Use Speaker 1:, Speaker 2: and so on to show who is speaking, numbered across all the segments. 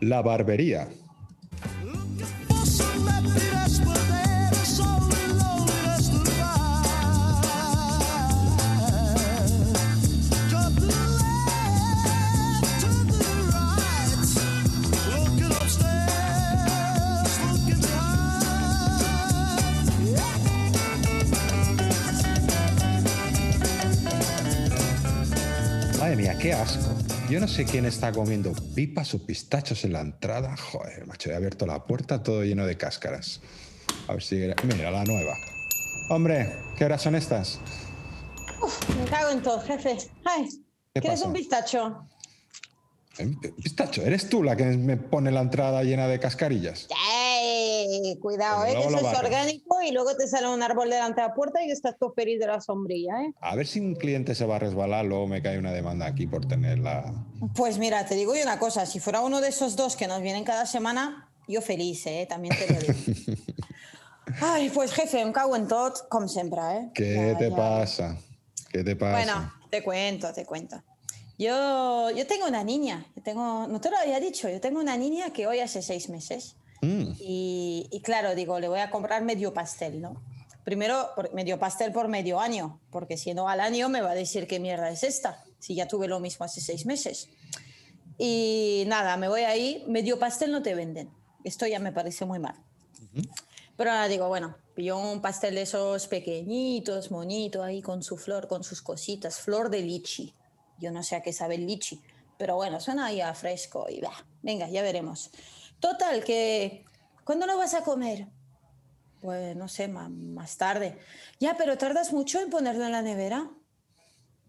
Speaker 1: La barbería. Madre mía, qué asco. Yo no sé quién está comiendo pipas o pistachos en la entrada. Joder, macho, he abierto la puerta todo lleno de cáscaras. A ver si... Mira, la nueva. Hombre, ¿qué horas son estas?
Speaker 2: Uf, me cago en todo, jefe. Ay,
Speaker 1: ¿Qué
Speaker 2: ¿Quieres
Speaker 1: pasa?
Speaker 2: un pistacho?
Speaker 1: Eh, Pistacho, ¿eres tú la que me pone la entrada llena de cascarillas?
Speaker 2: Ey, cuidado,
Speaker 1: Pero
Speaker 2: eh,
Speaker 1: luego
Speaker 2: que eso
Speaker 1: lo
Speaker 2: es
Speaker 1: barres.
Speaker 2: orgánico y luego te sale un árbol delante de la puerta y estás todo feliz de la sombrilla, ¿eh?
Speaker 1: A ver si un cliente se va a resbalar, luego me cae una demanda aquí por tener la...
Speaker 2: Pues mira, te digo yo una cosa, si fuera uno de esos dos que nos vienen cada semana, yo feliz, ¿eh? También te lo digo. Ay, pues jefe, un cago en todo, como siempre, ¿eh?
Speaker 1: ¿Qué
Speaker 2: Ya,
Speaker 1: te
Speaker 2: ya.
Speaker 1: pasa? ¿Qué te pasa?
Speaker 2: Bueno, te cuento, te cuento. Yo, yo tengo una niña, yo tengo, no te lo había dicho, yo tengo una niña que hoy hace seis meses.
Speaker 1: Mm,
Speaker 2: Y, y claro, digo, le voy a comprar medio pastel, ¿no? Primero, por- medio pastel por medio año, porque si no al año me va a decir qué mierda es esta, si ya tuve lo mismo hace seis meses. Y nada, me voy ahí, medio pastel no te venden. Esto ya me parece muy mal. Pero ahora digo, bueno, pilló un pastel de esos pequeñitos, monito, ahí con su flor, con sus cositas, flor de lichi. Yo no sé a qué sabe el lichi, pero bueno, suena ahí a fresco y bah, venga, ya veremos. Total, que ¿cuándo lo vas a comer? Pues no sé, ma- más tarde. Ya, pero tardas mucho en ponerlo en la nevera.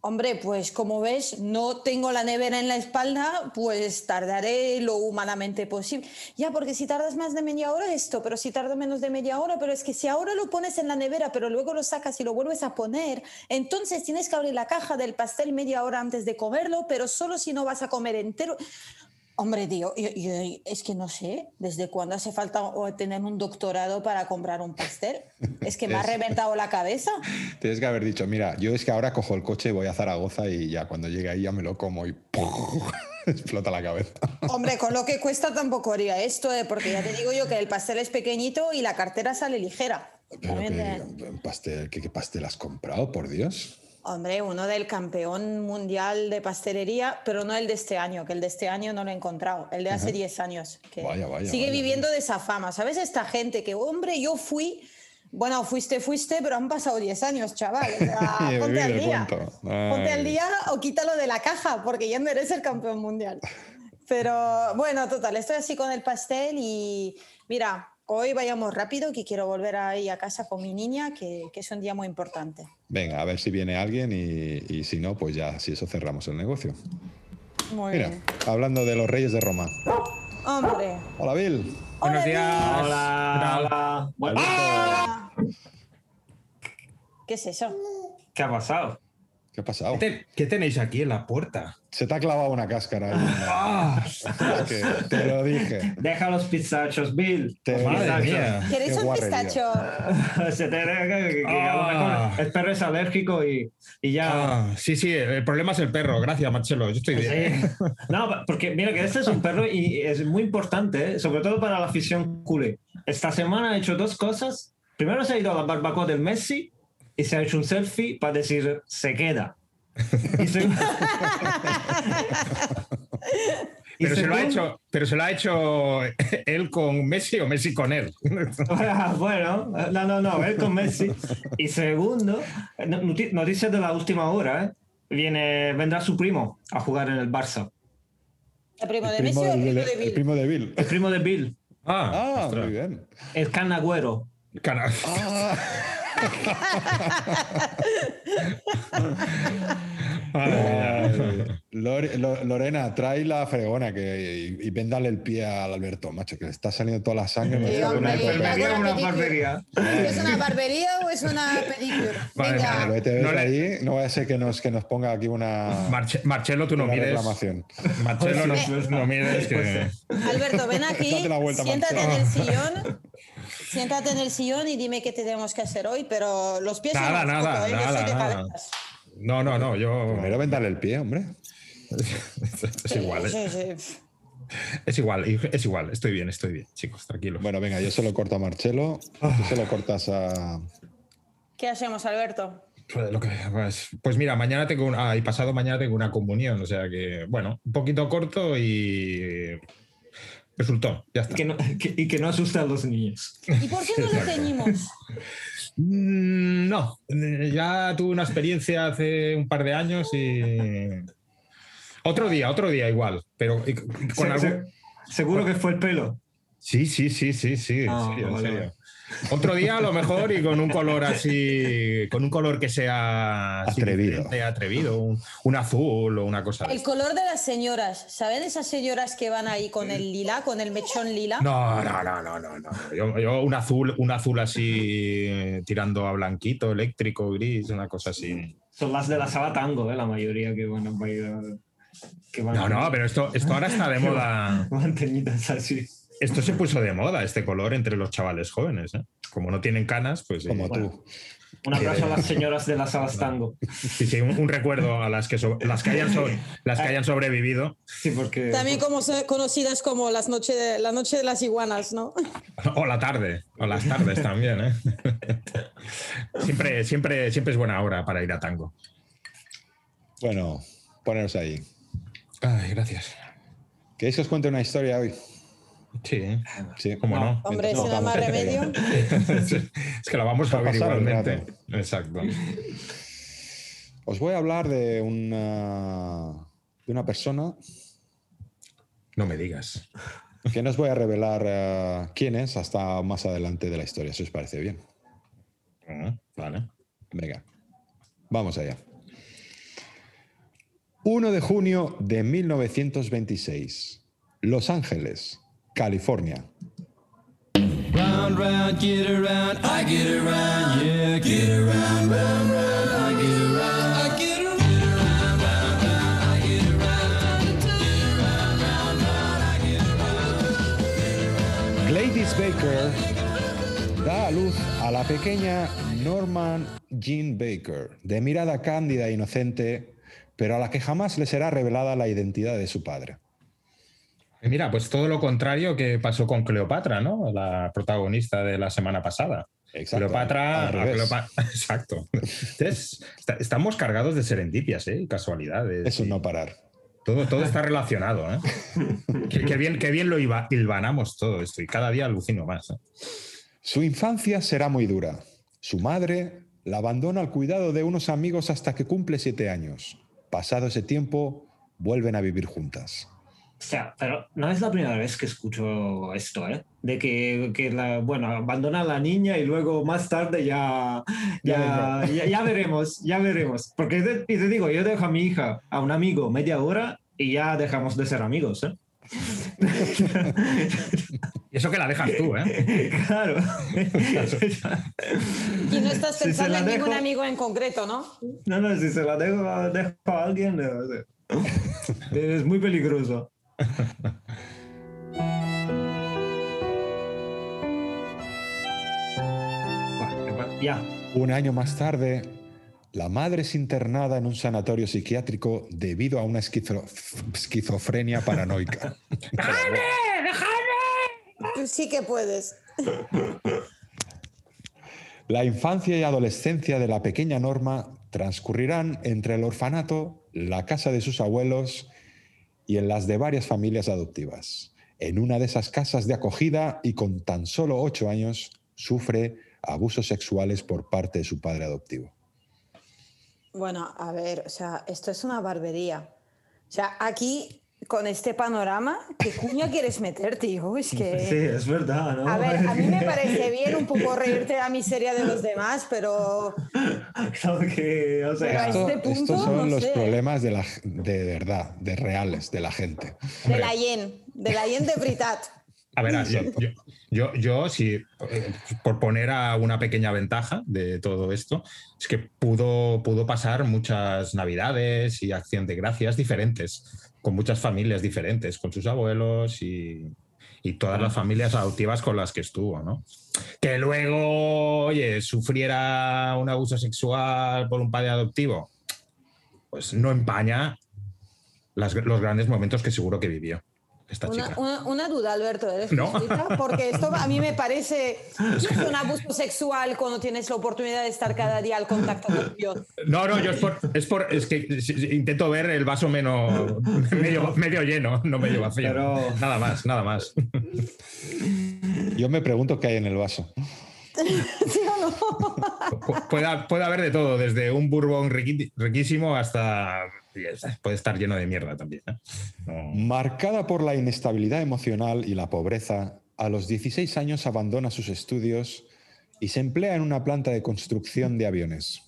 Speaker 2: Hombre, pues como ves, no tengo la nevera en la espalda, pues tardaré lo humanamente posible. Ya, porque si tardas más de media hora esto, pero si tarda menos de media hora, pero es que si ahora lo pones en la nevera, pero luego lo sacas y lo vuelves a poner, entonces tienes que abrir la caja del pastel media hora antes de comerlo, pero solo si no vas a comer entero. Hombre, tío, yo- yo- es que no sé desde cuándo hace falta o- tener un doctorado para comprar un pastel. Es que me ha
Speaker 1: Es-
Speaker 2: reventado la cabeza.
Speaker 1: Tienes que haber dicho, mira, yo es que ahora cojo el coche y voy a Zaragoza y ya cuando llegue ahí ya me lo como y ¡pum! explota la cabeza.
Speaker 2: Hombre, con lo que cuesta tampoco haría esto, eh, porque ya te digo yo que el pastel es pequeñito y la cartera sale ligera.
Speaker 1: Pero
Speaker 2: También
Speaker 1: qué,
Speaker 2: te-
Speaker 1: un pastel, ¿qué, qué pastel has comprado, por Dios?
Speaker 2: Hombre, uno del campeón mundial de pastelería, pero no el de este año, que el de este año no lo he encontrado, el de hace 10 años. Que
Speaker 1: Vaya, vaya,
Speaker 2: Sigue
Speaker 1: vaya,
Speaker 2: viviendo de esa fama. ¿Sabes? Esta gente que, hombre, yo fui. Bueno, fuiste, fuiste, pero han pasado 10 años, chaval. O sea,
Speaker 1: Y he
Speaker 2: ponte
Speaker 1: vivido
Speaker 2: al
Speaker 1: el
Speaker 2: día.
Speaker 1: cuento.
Speaker 2: Ponte al
Speaker 1: Ay.
Speaker 2: día o quítalo de la caja, porque ya no eres el campeón mundial. Pero bueno, total, estoy así con el pastel y mira, hoy vayamos rápido, que quiero volver ahí a casa con mi niña, que- que es un día muy importante.
Speaker 1: Venga, a ver si viene alguien y, y si no, pues ya, si eso cerramos el negocio.
Speaker 2: Muy
Speaker 1: Mira,
Speaker 2: bien.
Speaker 1: hablando de los reyes de Roma.
Speaker 2: Hombre.
Speaker 1: Hola, Bill.
Speaker 2: Hola,
Speaker 3: Buenos días.
Speaker 2: Bill.
Speaker 3: Hola, hola. Bueno,
Speaker 2: Hola. ¿Qué es eso?
Speaker 3: ¿Qué ha pasado?
Speaker 1: ¿Qué ha pasado?
Speaker 4: ¿Qué, te- qué tenéis aquí en la puerta?
Speaker 1: Se te ha clavado una cáscara. ahí en la-
Speaker 4: ¡Ah!
Speaker 1: que te lo dije.
Speaker 3: Deja los pistachos, Bill.
Speaker 1: Te-
Speaker 3: Los
Speaker 4: ¡Madre
Speaker 3: pistachos.
Speaker 4: mía!
Speaker 2: ¿Quieres
Speaker 1: Qué
Speaker 2: un
Speaker 1: guarrería.
Speaker 2: pistacho?
Speaker 3: Se te deja que- que- que
Speaker 4: Ah.
Speaker 3: a lo mejor el perro es alérgico y, y ya.
Speaker 4: Ah, sí, sí, el problema es el perro. Gracias, Marcelo. Yo estoy bien.
Speaker 3: Sí. No, porque mira que este es un perro y es muy importante, ¿eh? sobre todo para la afición culé. Esta semana ha hecho dos cosas. Primero se ha ido a la barbacoa del Messi y se ha hecho un selfie para decir se queda. Y se- Y
Speaker 4: Pero se, lo ha
Speaker 3: segundo-
Speaker 4: hecho, pero se lo ha hecho él con Messi o Messi con él.
Speaker 3: Ah, bueno, no, no, no, él con Messi. Y segundo, no- noti- noticias de la última hora, ¿eh? Viene, vendrá su primo a jugar en el Barça.
Speaker 2: ¿El primo de
Speaker 1: El primo
Speaker 2: Messi o el
Speaker 1: de-
Speaker 2: primo de
Speaker 1: el
Speaker 2: Bill?
Speaker 1: primo de Bill.
Speaker 3: El primo de Bill,
Speaker 4: Ah,
Speaker 1: Ah,
Speaker 4: ostras.
Speaker 1: muy bien.
Speaker 3: el canagüero.
Speaker 4: Cara- Ah,
Speaker 1: Eh, Lore- Lo- Lorena, trae la fregona que, y, y véndale el pie al Alberto, macho, que le está saliendo toda la sangre. me
Speaker 2: Sí,
Speaker 1: está
Speaker 2: hombre,
Speaker 1: poniendo
Speaker 2: y
Speaker 1: enfermo.
Speaker 2: alguna
Speaker 3: una
Speaker 2: película.
Speaker 3: barbería.
Speaker 2: ¿Es una barbería o es una película?
Speaker 1: Pero
Speaker 4: Vale,
Speaker 2: Venga.
Speaker 4: vale.
Speaker 1: vete, ves
Speaker 4: No le-
Speaker 1: ahí, no vaya a ser que nos, que nos ponga aquí una,
Speaker 4: Marche- Marcelo, tú no
Speaker 1: una
Speaker 4: mires.
Speaker 1: reclamación.
Speaker 4: Marcelo, no,
Speaker 3: Pues,
Speaker 4: no mires que.
Speaker 3: pues,
Speaker 2: Alberto, ven aquí,
Speaker 1: Date la vuelta,
Speaker 2: siéntate en
Speaker 1: Marcelo.
Speaker 2: el sillón, siéntate en el sillón y dime qué tenemos que hacer hoy, pero los pies
Speaker 4: Nada,
Speaker 2: no los
Speaker 4: nada,
Speaker 2: toco, ¿eh? Yo soy
Speaker 4: nada,
Speaker 2: de
Speaker 4: nada.
Speaker 2: caderas.
Speaker 4: No, no, no, yo.
Speaker 1: Primero véndale el pie, hombre.
Speaker 4: Es igual. ¿eh?
Speaker 2: Sí, sí.
Speaker 4: Es igual, es igual. Estoy bien, estoy bien, chicos, tranquilos.
Speaker 1: Bueno, venga, yo se lo corto a Marcelo. Tú se lo cortas a.
Speaker 2: ¿Qué hacemos, Alberto?
Speaker 4: Pues, lo que- pues- pues mira, mañana tengo una, y pasado mañana tengo una comunión, o sea que, bueno, un poquito corto y resultó, ya está.
Speaker 3: Que no- que- y que no asusta a los niños.
Speaker 2: ¿Y por qué no lo
Speaker 4: Exacto.
Speaker 2: teñimos?
Speaker 4: Mm, No, eh, ya tuve una experiencia hace un par de años y otro día, otro día igual, pero y- y con
Speaker 3: Se-
Speaker 4: algún-
Speaker 3: se- seguro que fue el pelo.
Speaker 4: Sí, sí, sí, sí, sí. en
Speaker 3: Ah,
Speaker 4: serio, en
Speaker 3: vale,
Speaker 4: serio.
Speaker 3: vale.
Speaker 4: Otro día a lo mejor y con un color así, con un color que sea así
Speaker 1: Atrevido.
Speaker 4: diferente, atrevido, un, un azul o una cosa. de
Speaker 2: El color de las señoras. ¿Saben esas señoras que van ahí con el lila, con el mechón lila?
Speaker 4: No, no, no, no, no, no. Yo, yo un azul, un azul así eh, tirando a blanquito, eléctrico, gris, una cosa así.
Speaker 3: Son las de la sala tango, eh, la mayoría que van a bailar. Que van
Speaker 4: No, no, pero esto, esto ahora está de moda.
Speaker 3: Van teñidas así.
Speaker 4: Esto se puso de moda, este color, entre los chavales jóvenes. ¿eh? Como no tienen canas, pues. eh,
Speaker 1: Como
Speaker 3: bueno.
Speaker 1: tú.
Speaker 3: Un abrazo a las señoras de las salas tango.
Speaker 4: Sí, sí, un, un recuerdo a las que, so- las que, hayan, sobre- las que hayan sobrevivido.
Speaker 3: Sí, porque.
Speaker 2: También como son conocidas como las noche de, la noche de las iguanas, ¿no?
Speaker 4: O la tarde, o las tardes también. ¿eh? Siempre, siempre, siempre es buena hora para ir a tango.
Speaker 1: Bueno, poneros ahí.
Speaker 4: Ay, gracias.
Speaker 1: ¿Queréis que os cuente una historia hoy?
Speaker 4: Sí, ¿eh?
Speaker 1: Sí.
Speaker 4: cómo
Speaker 3: No.
Speaker 4: no.
Speaker 2: Hombre,
Speaker 1: No,
Speaker 2: se da
Speaker 1: vamos
Speaker 2: más
Speaker 1: a hacer
Speaker 2: remedio.
Speaker 4: es que la vamos a
Speaker 1: Para
Speaker 4: ver
Speaker 1: pasar el
Speaker 4: igualmente. Exacto.
Speaker 1: Os voy a hablar de una, de una persona
Speaker 4: No me digas.
Speaker 1: que no os voy a revelar eh, quién es hasta más adelante de la historia, si os parece bien.
Speaker 4: Ah, Vale.
Speaker 1: Venga, vamos allá. 1 de junio de 1926, Los Ángeles, California.
Speaker 5: Round, round, get around, I get around, yeah, get around, round, round, I get around, I get around.
Speaker 1: Gladys Baker da a luz a la pequeña Norman Jean Baker, de mirada cándida e inocente, pero a la que jamás le será revelada la identidad de su padre.
Speaker 4: Y Mira, pues todo lo contrario que pasó con Cleopatra, ¿no? La protagonista de la semana pasada.
Speaker 1: Exacto,
Speaker 4: Cleopatra.
Speaker 1: al
Speaker 4: a
Speaker 1: revés.
Speaker 4: Cleopa- Exacto. Entonces, está- estamos cargados de serendipias, ¿eh? Y Casualidades.
Speaker 1: Es un
Speaker 4: y
Speaker 1: no parar.
Speaker 4: Todo, todo está relacionado, ¿eh? qué, qué bien, qué bien lo iba- hilvanamos todo esto. Y cada día alucino más. ¿eh?
Speaker 1: Su infancia será muy dura. Su madre la abandona al cuidado de unos amigos hasta que cumple siete años. Pasado ese tiempo, vuelven a vivir juntas.
Speaker 3: O sea, pero no es la primera vez que escucho esto, ¿eh? De que, que la, bueno, abandona a la niña y luego más tarde ya, ya, ya, ya veremos, ya veremos. Porque te, y te digo, yo dejo a mi hija, a un amigo, media hora y ya dejamos de ser amigos, ¿eh?
Speaker 4: Y eso que la dejas tú, ¿eh?
Speaker 3: claro.
Speaker 2: Y no estás
Speaker 3: Si se
Speaker 2: pensando
Speaker 3: la
Speaker 2: en ningún
Speaker 3: dejo-
Speaker 2: amigo en concreto, ¿no?
Speaker 3: no, no, si se la dejo, la dejo a alguien, eh, o sea, es muy peligroso. Ya.
Speaker 1: Un año más tarde, la madre es internada en un sanatorio psiquiátrico debido a una esquizo- esquizofrenia paranoica.
Speaker 2: Sí que puedes.
Speaker 1: La infancia y adolescencia de la pequeña Norma transcurrirán entre el orfanato, la casa de sus abuelos y en las de varias familias adoptivas. En una de esas casas de acogida y con tan solo ocho años sufre abusos sexuales por parte de su padre adoptivo.
Speaker 2: Bueno, a ver, o sea, esto es una barbería. O sea, aquí, con este panorama, ¿qué cuña quieres meterte, hijo? Es que...
Speaker 3: Sí, es verdad, ¿no?
Speaker 2: A ver, a mí me parece bien un poco reírte de la miseria de los demás, pero
Speaker 3: Claro que,
Speaker 2: Pero
Speaker 3: o sea,
Speaker 2: hay-
Speaker 1: Esto-
Speaker 2: este punto,
Speaker 1: estos son
Speaker 2: no
Speaker 1: los
Speaker 2: sé.
Speaker 1: problemas de, la, de verdad, de reales, de la gente.
Speaker 2: de la yen, de la yen de Britat.
Speaker 4: A ver, yo, yo, yo, yo, si eh, por poner a una pequeña ventaja de todo esto, es que pudo, pudo pasar muchas navidades y acción de gracias diferentes, con muchas familias diferentes, con sus abuelos y, y todas las familias adoptivas con las que estuvo, ¿no? Que luego, oye, sufriera un abuso sexual por un padre adoptivo, pues no empaña las- los grandes momentos que seguro que vivió. esta
Speaker 2: Una,
Speaker 4: chica.
Speaker 2: una- una duda, Alberto, ¿eres
Speaker 4: No.
Speaker 2: jesuita? Porque esto a mí me parece es un abuso sexual cuando tienes la oportunidad de estar cada día al contacto con Dios.
Speaker 4: No, no, yo es por, es por- es que si- si- intento ver el vaso menos medio, medio lleno, no medio vacío.
Speaker 3: Pero-
Speaker 4: Nada más, nada más.
Speaker 1: Yo me pregunto qué hay en el vaso.
Speaker 2: ¿Sí o no?
Speaker 4: Pu- Puede, puede haber de todo, desde un bourbon riqui- riquísimo hasta puede estar lleno de mierda también. ¿eh? No.
Speaker 1: Marcada por la inestabilidad emocional y la pobreza, a los 16 años abandona sus estudios y se emplea en una planta de construcción de aviones.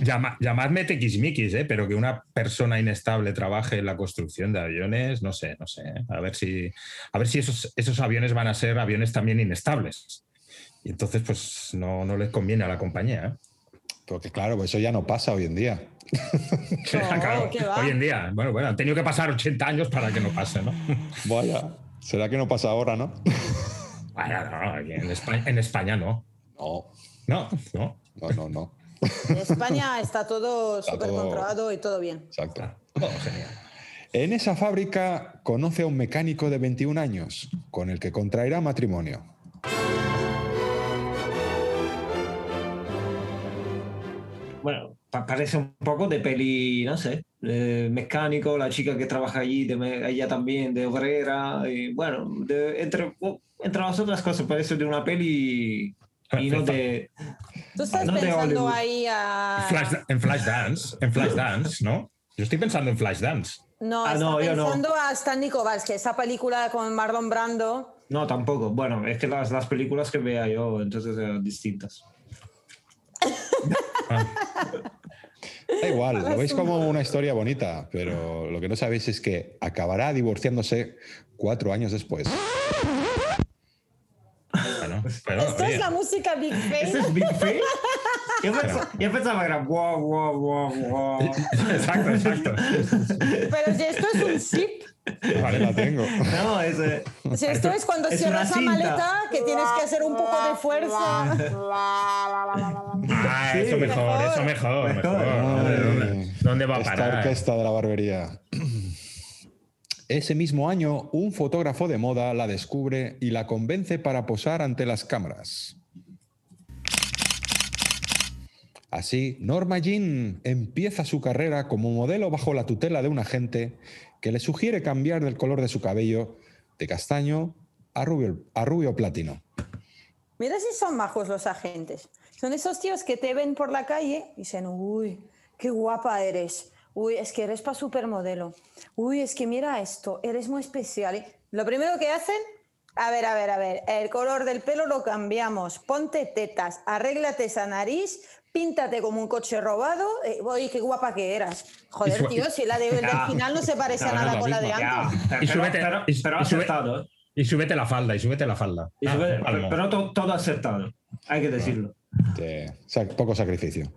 Speaker 4: Llama- llamadme tequismiquis, ¿eh? pero que una persona inestable trabaje en la construcción de aviones, no sé, no sé. ¿eh? A ver si, a ver si esos, esos aviones van a ser aviones también inestables. Y entonces, pues no, no les conviene a la compañía. ¿eh?
Speaker 1: Porque claro, pues eso ya no pasa hoy en día.
Speaker 2: No,
Speaker 4: Claro,
Speaker 2: Oh, ¿qué va?
Speaker 4: hoy en día, bueno, bueno, han tenido que pasar 80 años para que no pase, ¿no?
Speaker 1: Vaya, ¿será que no pasa ahora, no?
Speaker 4: Bueno, no, aquí en España, en España no.
Speaker 1: No,
Speaker 4: No, no.
Speaker 1: no, no, no.
Speaker 2: En España está todo
Speaker 1: Está
Speaker 2: súper
Speaker 1: todo-
Speaker 2: controlado y todo bien.
Speaker 1: Exacto.
Speaker 4: Todo genial.
Speaker 1: En esa fábrica conoce a un mecánico de 21 años con el que contraerá matrimonio.
Speaker 3: Bueno, pa- parece un poco de peli, no sé, eh, mecánico, la chica que trabaja allí, de me- ella también, de obrera, y bueno, de- entre, entre las otras cosas parece de una peli y no de...
Speaker 2: Tú estás
Speaker 3: Ah, No de
Speaker 2: pensando
Speaker 3: Hollywood. ah,
Speaker 2: ahí a...
Speaker 4: Flash- en Flashdance, en Flashdance, ¿no? Yo estoy pensando en Flashdance.
Speaker 2: No,
Speaker 3: Ah,
Speaker 2: está
Speaker 3: no, yo no.
Speaker 2: pensando a Stanley Kowalski, esa película con Marlon Brando.
Speaker 3: No, tampoco. Bueno, es que las, las películas que vea yo, entonces eran distintas.
Speaker 1: Da igual, lo veis como una historia bonita, pero lo que no sabéis es que acabará divorciándose cuatro años después.
Speaker 4: Bueno, bueno,
Speaker 2: Esto
Speaker 4: oye,
Speaker 2: es la música Big
Speaker 3: ¿Este
Speaker 2: Face.
Speaker 3: Ah, es Big Face? Yo pensaba, yo pensaba que era wow, wow, wow, wow.
Speaker 4: Exacto, exacto.
Speaker 2: Pero si esto es un zip,
Speaker 1: Vale, la tengo.
Speaker 3: No, ese...
Speaker 2: si esto es cuando
Speaker 3: Es
Speaker 2: cierras
Speaker 3: una
Speaker 2: la
Speaker 3: cinta.
Speaker 2: maleta, que tienes que hacer un poco de fuerza.
Speaker 4: Ah,
Speaker 3: Sí,
Speaker 4: eso mejor,
Speaker 2: mejor.
Speaker 4: eso mejor, mejor.
Speaker 3: Mejor.
Speaker 4: Hombre, ¿Dónde, dónde va a
Speaker 1: Esta
Speaker 4: parar?
Speaker 1: orquesta de la barbería. Ese mismo año, un fotógrafo de moda la descubre y la convence para posar ante las cámaras. Así, Norma Jean empieza su carrera como modelo bajo la tutela de un agente que le sugiere cambiar del color de su cabello de castaño a rubio, a rubio platino.
Speaker 2: Mira si son majos los agentes. Son esos tíos que te ven por la calle y dicen, uy, qué guapa eres. Uy, es que eres para supermodelo. Uy, es que mira esto, eres muy especial. ¿eh?". Lo primero que hacen, a ver, a ver, a ver, el color del pelo lo cambiamos. Ponte tetas, arréglate esa nariz, píntate como un coche robado. Eh, uy, qué guapa que eras.
Speaker 4: Y su-
Speaker 2: Joder, tío, si la de, del
Speaker 3: Ya.
Speaker 2: final no se parece a
Speaker 4: No, no es
Speaker 2: nada
Speaker 4: Ah. lo
Speaker 2: con la de
Speaker 4: mismo,
Speaker 2: antes.
Speaker 3: Ya,
Speaker 4: Y
Speaker 3: pero,
Speaker 4: súbete-
Speaker 3: pero,
Speaker 4: y-
Speaker 3: pero
Speaker 4: y súbete-
Speaker 3: acertado, ¿eh?
Speaker 4: Y súbete la falda, y súbete la falda.
Speaker 3: Y
Speaker 4: Ah,
Speaker 3: súbete-
Speaker 4: palmo.
Speaker 3: pero to- todo acertado, hay que decirlo.
Speaker 1: Sí, sac- Este, poco sacrificio.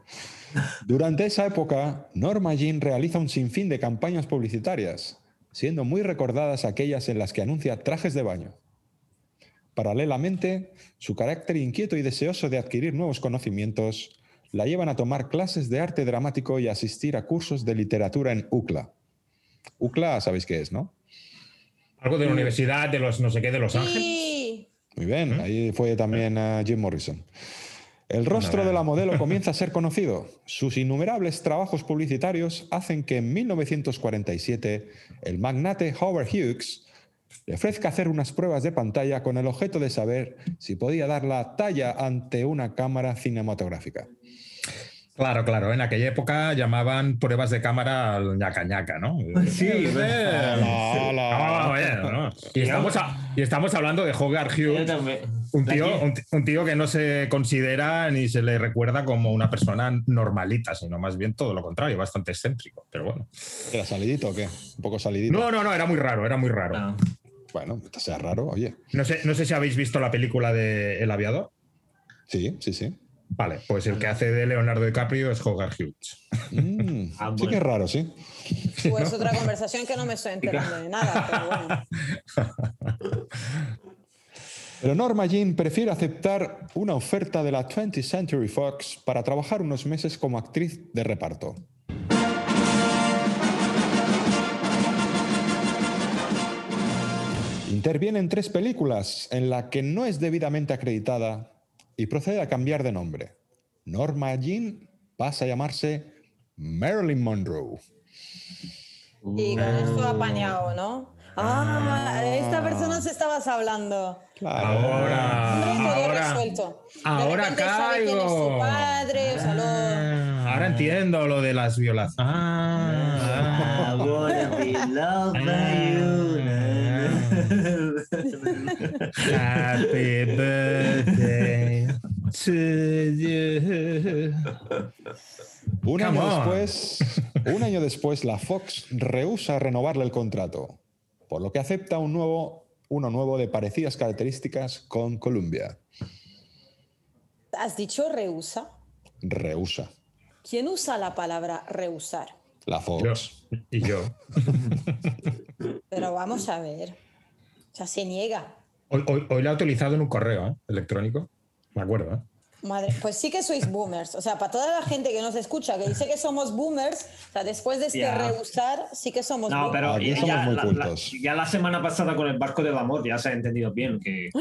Speaker 1: Durante esa época, Norma Jean realiza un sinfín de campañas publicitarias, siendo muy recordadas aquellas en las que anuncia trajes de baño. Paralelamente, su carácter inquieto y deseoso de adquirir nuevos conocimientos la llevan a tomar clases de arte dramático y a asistir a cursos de literatura en UCLA. UCLA, sabéis qué es, ¿no?
Speaker 4: Algo de la universidad, de los no sé qué, de Los Ángeles.
Speaker 2: Sí.
Speaker 1: Muy bien, ahí fue también a Jim Morrison. El rostro de la modelo comienza a ser conocido. Sus innumerables trabajos publicitarios hacen que en 1947 el magnate Howard Hughes le ofrezca hacer unas pruebas de pantalla con el objeto de saber si podía dar la talla ante una cámara cinematográfica.
Speaker 4: Claro, claro. En aquella época llamaban pruebas de cámara al ñaca ñaca, ¿no?
Speaker 3: Sí,
Speaker 4: Eh,
Speaker 1: Ala, ala.
Speaker 4: no, oye, no. Y, estamos a- y estamos hablando de Hogarth
Speaker 3: Yo
Speaker 4: Hughes,
Speaker 3: también.
Speaker 4: un
Speaker 3: La
Speaker 4: tío,
Speaker 3: que-
Speaker 4: un, ti- un tío que no se considera ni se le recuerda como una persona normalita, sino más bien todo lo contrario, bastante excéntrico. Pero bueno.
Speaker 1: ¿Era salidito o qué? Un poco salidito.
Speaker 4: No, no, no, era muy raro, era muy raro.
Speaker 3: No.
Speaker 1: Bueno, mientras sea raro, oye.
Speaker 4: No sé, no sé si habéis visto la película de El Aviador.
Speaker 1: Sí, sí, sí.
Speaker 4: Vale, pues el que hace de Leonardo DiCaprio es Hogarth Hughes.
Speaker 1: Mm,
Speaker 3: Ah,
Speaker 1: Sí que
Speaker 3: bueno.
Speaker 1: es raro, sí.
Speaker 2: Pues otra conversación que no me estoy enterando de nada, pero bueno.
Speaker 1: Pero Norma Jean prefiere aceptar una oferta de la 20th Century Fox para trabajar unos meses como actriz de reparto. Interviene en tres películas en la que no es debidamente acreditada y procede a cambiar de nombre. Norma Jean pasa a llamarse Marilyn Monroe.
Speaker 2: Y con esto apañado, ¿no? Ah, de esta persona se estabas hablando.
Speaker 4: Ahora,
Speaker 2: No, todo
Speaker 4: ahora,
Speaker 2: resuelto. De
Speaker 4: ahora
Speaker 2: repente sabe quién es su
Speaker 4: caigo.
Speaker 2: padre, o sea, lo-
Speaker 4: Ah, ahora entiendo lo de las violaciones. Ah,
Speaker 3: I wanna be loved by you.
Speaker 4: Happy birthday to you.
Speaker 1: Un
Speaker 4: Come
Speaker 1: año,
Speaker 4: on.
Speaker 1: después, un año después, la Fox rehúsa renovarle el contrato, por lo que acepta un nuevo, uno nuevo de parecidas características con Columbia.
Speaker 2: ¿Has dicho rehúsa?
Speaker 1: Rehúsa.
Speaker 2: ¿Quién usa la palabra rehusar?
Speaker 1: La Fox.
Speaker 4: Yo- Y yo.
Speaker 2: Pero vamos a ver. O sea, se niega.
Speaker 4: Hoy, hoy- hoy la he utilizado en un correo ¿eh? electrónico. Me acuerdo. ¿eh?
Speaker 2: Madre, pues sí que sois boomers. O sea, para toda la gente que nos escucha, que dice que somos boomers, o sea, después de este
Speaker 3: Ya.
Speaker 2: rehusar, sí que somos
Speaker 3: No,
Speaker 2: boomers.
Speaker 3: pero
Speaker 1: Aquí
Speaker 3: ya,
Speaker 1: somos muy
Speaker 3: la, la-
Speaker 1: cultos.
Speaker 3: ya la semana pasada con el barco del amor ya se ha entendido bien que,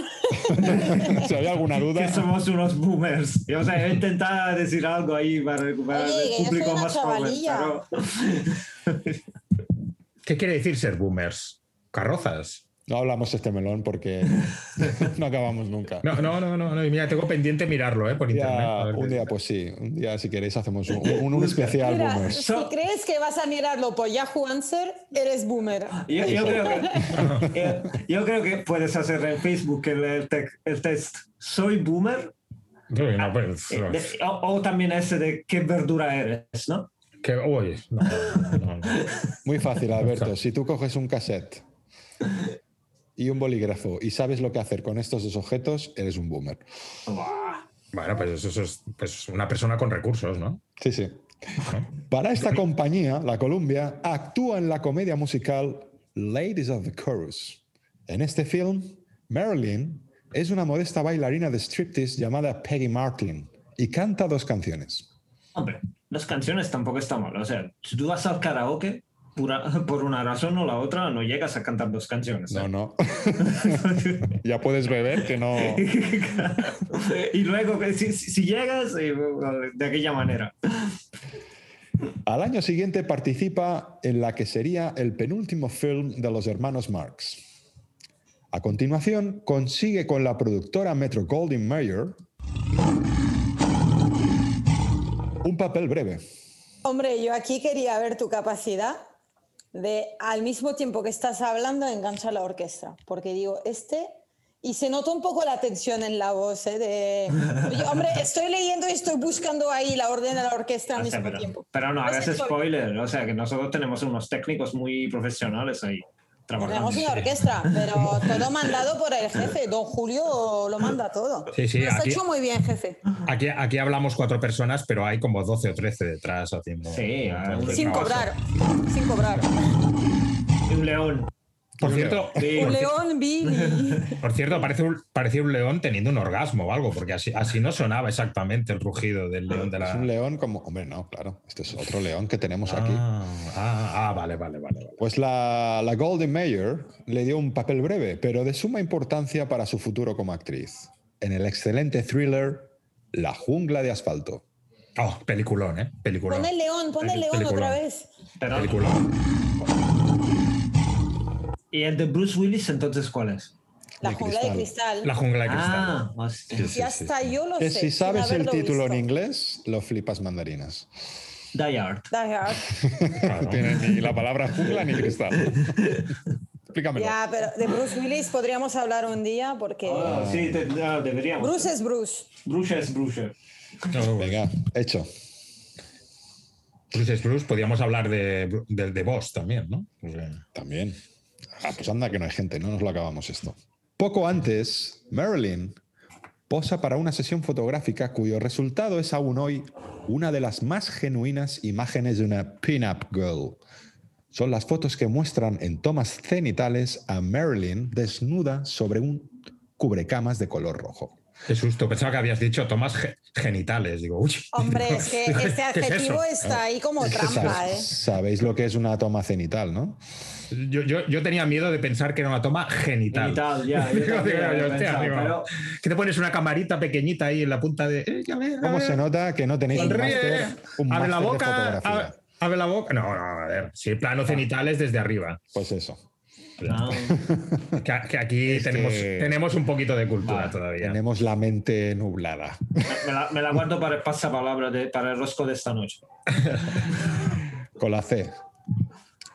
Speaker 1: si había alguna
Speaker 3: que
Speaker 1: duda,
Speaker 3: somos unos boomers. Yo o sea, he intentado decir algo ahí para recuperar
Speaker 2: Oye, que yo
Speaker 3: el
Speaker 2: soy
Speaker 3: público
Speaker 2: una
Speaker 3: más joven.
Speaker 2: chavalilla.
Speaker 3: pero-
Speaker 4: ¿Qué quiere decir ser boomers? ¿Carrozas?
Speaker 1: no hablamos este melón porque no acabamos nunca.
Speaker 4: No, no, no, no. no. Y Mira, tengo pendiente mirarlo ¿eh? por
Speaker 1: Un
Speaker 4: internet.
Speaker 1: día-
Speaker 4: A ver
Speaker 1: un
Speaker 4: qué-
Speaker 1: día, pues sí, un día si queréis hacemos un, un- un especial
Speaker 2: Mira,
Speaker 1: boomers.
Speaker 2: si crees que vas a mirarlo por Yahoo Answer, eres boomer.
Speaker 3: Yo, yo creo que, eh, yo creo que puedes hacer en Facebook el, el tec- el test Soy boomer
Speaker 4: Creo que no, pues,
Speaker 3: eh,
Speaker 4: no.
Speaker 3: de- o, o también ese de qué verdura eres, ¿no?
Speaker 4: Que- uy, no, no, no, no.
Speaker 1: Muy fácil, Alberto. Si tú coges un cassette y un bolígrafo y sabes lo que hacer con estos dos objetos, eres un boomer.
Speaker 3: Buah.
Speaker 4: Bueno, pues eso es pues, una persona con recursos, ¿no?
Speaker 1: Sí, sí. Para esta compañía, la Columbia, actúa en la comedia musical Ladies of the Chorus. En este film, Marilyn es una modesta bailarina de striptease llamada Peggy Martin y canta dos canciones.
Speaker 3: Hombre, las canciones tampoco están mal. O sea, si tú vas al karaoke, pura- por una razón o la otra, no llegas a cantar dos canciones.
Speaker 1: No,
Speaker 3: ¿eh?
Speaker 1: no. ya puedes beber, que no.
Speaker 3: y luego, que si, si- si llegas, eh, de aquella manera.
Speaker 1: Al año siguiente participa en la que sería el penúltimo film de los hermanos Marx. A continuación, consigue con la productora Metro Goldwyn Mayer un papel breve.
Speaker 2: Hombre, yo aquí quería ver tu capacidad de, al mismo tiempo que estás hablando, enganchar la orquesta. Porque digo, este. Y se nota un poco la tensión en la voz, ¿eh? De, Oye, hombre, estoy leyendo y estoy buscando ahí la orden de la orquesta al
Speaker 3: O sea,
Speaker 2: mismo
Speaker 3: pero,
Speaker 2: tiempo.
Speaker 3: pero no
Speaker 2: No es
Speaker 3: hagas
Speaker 2: spoiler.
Speaker 3: spoiler. O sea, que nosotros tenemos unos técnicos muy profesionales ahí. Trabajando. este
Speaker 2: Tenemos una orquesta, pero todo mandado por el jefe. Don Julio lo manda todo.
Speaker 4: Sí, sí,
Speaker 2: Lo has
Speaker 4: aquí-
Speaker 2: hecho muy bien, jefe.
Speaker 4: Aquí, aquí hablamos cuatro personas, pero hay como 12 o 13 detrás haciendo.
Speaker 3: Sí, ah,
Speaker 4: haciendo el
Speaker 2: Sin
Speaker 4: trabajo.
Speaker 2: cobrar, sin cobrar.
Speaker 3: Y un león.
Speaker 4: Por cierto,
Speaker 3: Sí.
Speaker 2: Un león, Billy.
Speaker 4: por cierto parece un, parecía un león teniendo un orgasmo o algo, porque así, así no sonaba exactamente el rugido del león de la.
Speaker 1: Es un león como... Hombre, no, claro. Este es otro león que tenemos aquí.
Speaker 4: Ah, ah, ah, vale, vale, vale. vale.
Speaker 1: Pues la, la Golden Mayer le dio un papel breve, pero de suma importancia para su futuro como actriz, en el excelente thriller La jungla de asfalto.
Speaker 4: Oh, peliculón, ¿eh? Peliculón.
Speaker 2: Pon el león, pon el león otra vez.
Speaker 3: Pero-
Speaker 4: Peliculón.
Speaker 3: ¿Y el de Bruce Willis entonces cuál es?
Speaker 2: La
Speaker 1: De
Speaker 2: jungla de cristal.
Speaker 4: La jungla de cristal.
Speaker 3: Ah, hostia.
Speaker 2: Y hasta yo lo
Speaker 1: Que
Speaker 2: sé.
Speaker 1: Eh, si
Speaker 2: sin
Speaker 1: sabes el
Speaker 2: haberlo
Speaker 1: título en
Speaker 2: visto.
Speaker 1: inglés, lo flipas mandarinas.
Speaker 3: Die Hard.
Speaker 2: Die Hard.
Speaker 4: Claro.
Speaker 1: Tiene ni la palabra jungla ni cristal. Explícamelo.
Speaker 2: Ya, pero de Bruce Willis podríamos hablar un día porque
Speaker 3: Ah, sí, te- ah, deberíamos.
Speaker 2: Eh, Bruce es Bruce.
Speaker 3: Bruce es Bruce.
Speaker 1: Venga, hecho.
Speaker 4: Bruce es Bruce, podíamos hablar de, Bru- del de Boss también, ¿no? Pues, eh, O sea,
Speaker 1: También. Ah, pues anda que no hay gente, no nos lo acabamos esto. Poco antes, Marilyn posa para una sesión fotográfica cuyo resultado es aún hoy una de las más genuinas imágenes de una pin-up girl. Son las fotos que muestran en tomas cenitales a Marilyn desnuda sobre un cubrecamas de color rojo.
Speaker 4: Qué susto, pensaba que habías dicho tomas ge- genitales. Digo, uy.
Speaker 2: Hombre, es que
Speaker 4: ¿Qué
Speaker 2: este
Speaker 4: es eso?
Speaker 2: adjetivo está ahí como trampa, ¿eh?
Speaker 1: Sab- Sabéis lo que es una toma cenital, ¿no?
Speaker 4: Yo, yo- yo tenía miedo de pensar que era una toma genital.
Speaker 3: Y tal, ya. yo
Speaker 4: Digo,
Speaker 3: también
Speaker 4: digo,
Speaker 3: había
Speaker 4: hostia,
Speaker 3: pensado,
Speaker 4: digo,
Speaker 3: pero-
Speaker 4: que te pones una camarita pequeñita ahí en la punta de. eh, ya ves, a
Speaker 1: ¿Cómo
Speaker 4: ver.
Speaker 1: se nota que no tenéis un
Speaker 4: Sonríe, eh,
Speaker 1: máster, un
Speaker 4: abre la
Speaker 1: máster de
Speaker 4: boca.
Speaker 1: fotografía? Ah.
Speaker 4: Abre, abre la boca. No, no, a ver. Si el plano cenital es desde arriba.
Speaker 1: Pues eso.
Speaker 3: No.
Speaker 4: Que, que aquí
Speaker 1: Es
Speaker 4: tenemos,
Speaker 1: que-
Speaker 4: tenemos un poquito de cultura todavía.
Speaker 1: Tenemos la mente nublada.
Speaker 3: Me la, me la guardo para el pasapalabra, de, para el rosco de esta noche.
Speaker 1: Con la C.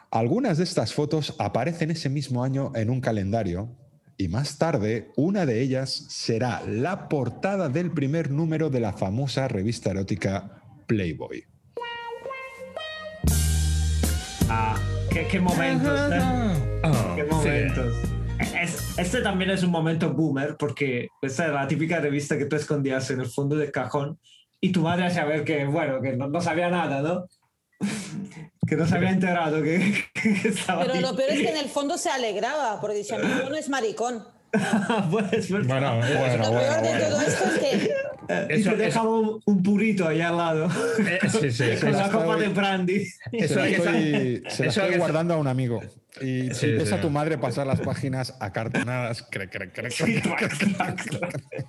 Speaker 1: Algunas de estas fotos aparecen ese mismo año en un calendario y más tarde una de ellas será la portada del primer número de la famosa revista erótica Playboy.
Speaker 3: Ah, qué, qué momentos, ¿eh?
Speaker 4: Ah,
Speaker 3: Qué
Speaker 4: sí.
Speaker 3: momentos. Es- este también es un momento boomer, porque esa es la típica revista que tú escondías en el fondo del cajón y tu madre a saber que, bueno, que no, no sabía nada, ¿no? Que no se había enterado que, que estaba
Speaker 2: Pero
Speaker 3: ahí.
Speaker 2: lo peor es que en el fondo se alegraba, porque decía, mi hijo no es maricón.
Speaker 3: Pues, pues,
Speaker 4: Bueno,
Speaker 2: Lo
Speaker 4: bueno,
Speaker 2: peor
Speaker 4: bueno.
Speaker 2: de
Speaker 4: bueno.
Speaker 2: todo esto es que
Speaker 3: y
Speaker 4: Eso-
Speaker 3: te dejaba un, un purito ahí al lado,
Speaker 4: Eh, sí, sí,
Speaker 3: con
Speaker 4: eso-
Speaker 3: la copa
Speaker 1: estoy-
Speaker 3: de brandy.
Speaker 1: Se la
Speaker 4: eso-
Speaker 1: estoy, se la
Speaker 4: eso-
Speaker 1: estoy
Speaker 4: eso-
Speaker 1: guardando a un amigo. Y si
Speaker 4: Sí,
Speaker 1: ves
Speaker 4: sí.
Speaker 1: a tu madre pasar las páginas acartonadas, cre, cre, cre, cre, cre, cre,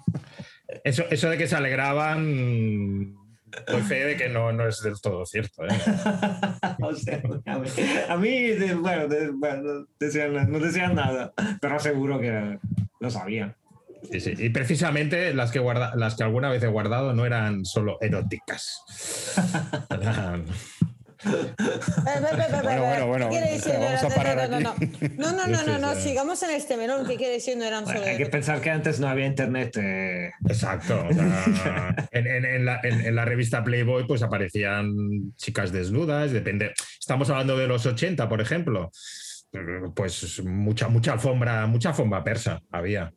Speaker 4: Eso, eso de que se alegraban, doy fe de que no, no es del todo cierto. ¿eh?
Speaker 3: O sea, a mí- a mí, de- bueno, de- bueno, no decían- no decían nada, pero seguro que lo sabían.
Speaker 4: Sí, sí. Y precisamente las que, guarda, las que alguna vez he guardado no eran solo eróticas. Eran-
Speaker 1: Bueno, bueno, bueno,
Speaker 2: ¿Qué quiere
Speaker 1: bueno,
Speaker 2: decir?
Speaker 1: espera, vamos a parar
Speaker 2: no, no, no, no, no, no, no, no,
Speaker 4: Sí, sí, sí.
Speaker 2: sigamos en este melón. ¿Qué quiere decir? No eran
Speaker 3: Bueno,
Speaker 2: solo.
Speaker 3: hay que pensar que antes no había internet. eh.
Speaker 4: Exacto. o sea, en, en- en la, en- en la revista Playboy pues aparecían chicas desnudas, depende. Estamos hablando de los 80, por ejemplo. Pues mucha, mucha alfombra, mucha alfombra persa había.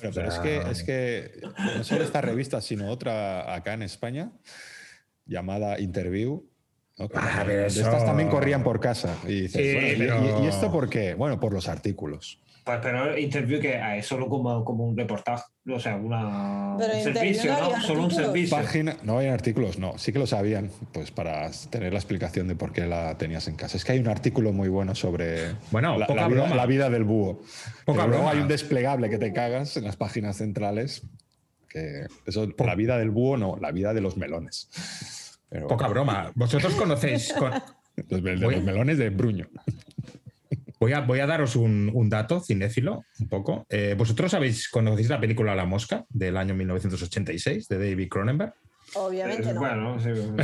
Speaker 1: Pero, pero es, que, es que no solo esta revista, sino otra acá en España, llamada Interview. ¿no? Que
Speaker 4: Ah,
Speaker 1: también-
Speaker 4: pero
Speaker 1: de
Speaker 4: eso-
Speaker 1: Estas también corrían por casa. Y, dices,
Speaker 4: Sí,
Speaker 1: bueno, ¿y-
Speaker 4: pero-
Speaker 1: y, y esto por qué? Bueno, por los artículos.
Speaker 3: Pues, pero interview que ah, es solo como, como un reportaje, o sea, una,
Speaker 2: Pero
Speaker 3: un
Speaker 2: Interview
Speaker 3: servicio,
Speaker 2: no
Speaker 3: ¿no?
Speaker 2: había
Speaker 3: Solo un
Speaker 2: artículos.
Speaker 3: servicio.
Speaker 1: Página, no hay artículos, no. Sí que lo sabían, pues para tener la explicación de por qué la tenías en casa. Es que hay un artículo muy bueno sobre
Speaker 4: Bueno,
Speaker 1: la,
Speaker 4: poca
Speaker 1: la vida,
Speaker 4: broma.
Speaker 1: la vida del búho.
Speaker 4: Poca
Speaker 1: Pero luego
Speaker 4: broma.
Speaker 1: hay un desplegable que te cagas en las páginas centrales. Que eso, la vida del búho no, la vida de los melones. Pero-
Speaker 4: Poca broma. ¿Vosotros conocéis? con-
Speaker 1: Los, mel-
Speaker 4: Voy-
Speaker 1: los melones de Bruño.
Speaker 4: Voy a, voy a daros un, un dato cinéfilo, un poco. Eh, ¿Vosotros sabéis, conocéis la película La Mosca del año 1986 de David Cronenberg?
Speaker 2: Obviamente
Speaker 1: pues,
Speaker 3: Eh,
Speaker 2: no.
Speaker 3: Bueno, sí, bueno.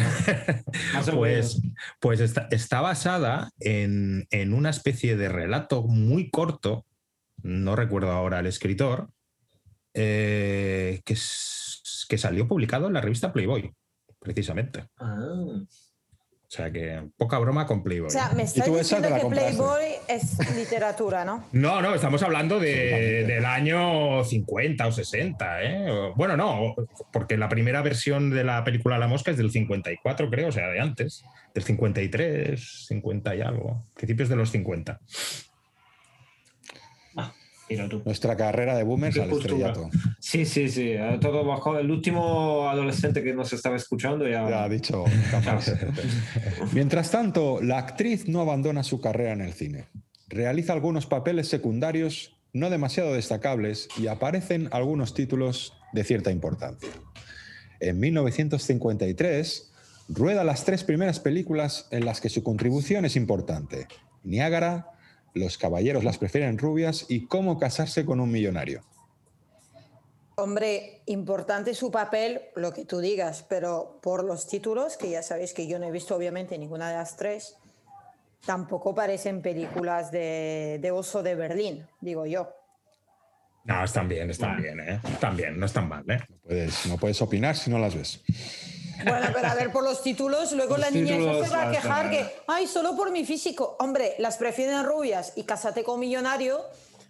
Speaker 3: Más o
Speaker 4: Pues,
Speaker 3: menos.
Speaker 4: pues está, está basada en, en una especie de relato muy corto, no recuerdo ahora el escritor, eh, que, s- que salió publicado en la revista Playboy, precisamente.
Speaker 3: Ah.
Speaker 4: O sea que poca broma con Playboy. ¿eh?
Speaker 2: O sea, me estás
Speaker 1: tú esa te
Speaker 2: diciendo
Speaker 1: la
Speaker 2: que
Speaker 1: compraste.
Speaker 2: Playboy es literatura, ¿no?
Speaker 4: No, no, estamos hablando de- del año 50 o 60, ¿eh? O- Bueno, no, porque la primera versión de la película La Mosca es del 54, creo, o sea, de antes, del 53, 50 y algo, principios de los 50.
Speaker 3: Mira tú.
Speaker 1: Nuestra carrera de boomers
Speaker 3: Qué
Speaker 1: al
Speaker 3: cultura.
Speaker 1: estrellato.
Speaker 3: Sí, sí, sí. eh, Todo bajo. El último adolescente que nos estaba escuchando ya.
Speaker 1: Ya ha dicho. Campos. Mientras tanto, la actriz no abandona su carrera en el cine. Realiza algunos papeles secundarios no demasiado destacables y aparecen algunos títulos de cierta importancia. En 1953, rueda las tres primeras películas en las que su contribución es importante. Niágara, Los caballeros las prefieren rubias y Cómo casarse con un millonario.
Speaker 2: Hombre, importante su papel, lo que tú digas, pero por los títulos, que ya sabéis que yo no he visto obviamente ninguna de las tres, tampoco parecen películas de, de oso de Berlín, digo yo.
Speaker 4: No, están bien, están
Speaker 2: Ah.
Speaker 4: bien, ¿eh? Están bien, no están mal, ¿eh?
Speaker 1: Puedes- Pues no puedes opinar si no las ves.
Speaker 2: Bueno, pero a ver, por los títulos, luego
Speaker 3: Los
Speaker 2: la niña esa
Speaker 3: títulos,
Speaker 2: se va a
Speaker 3: ah,
Speaker 2: quejar
Speaker 3: claro.
Speaker 2: que, ay, solo por mi físico. Hombre, las prefieren rubias y cásate con millonario.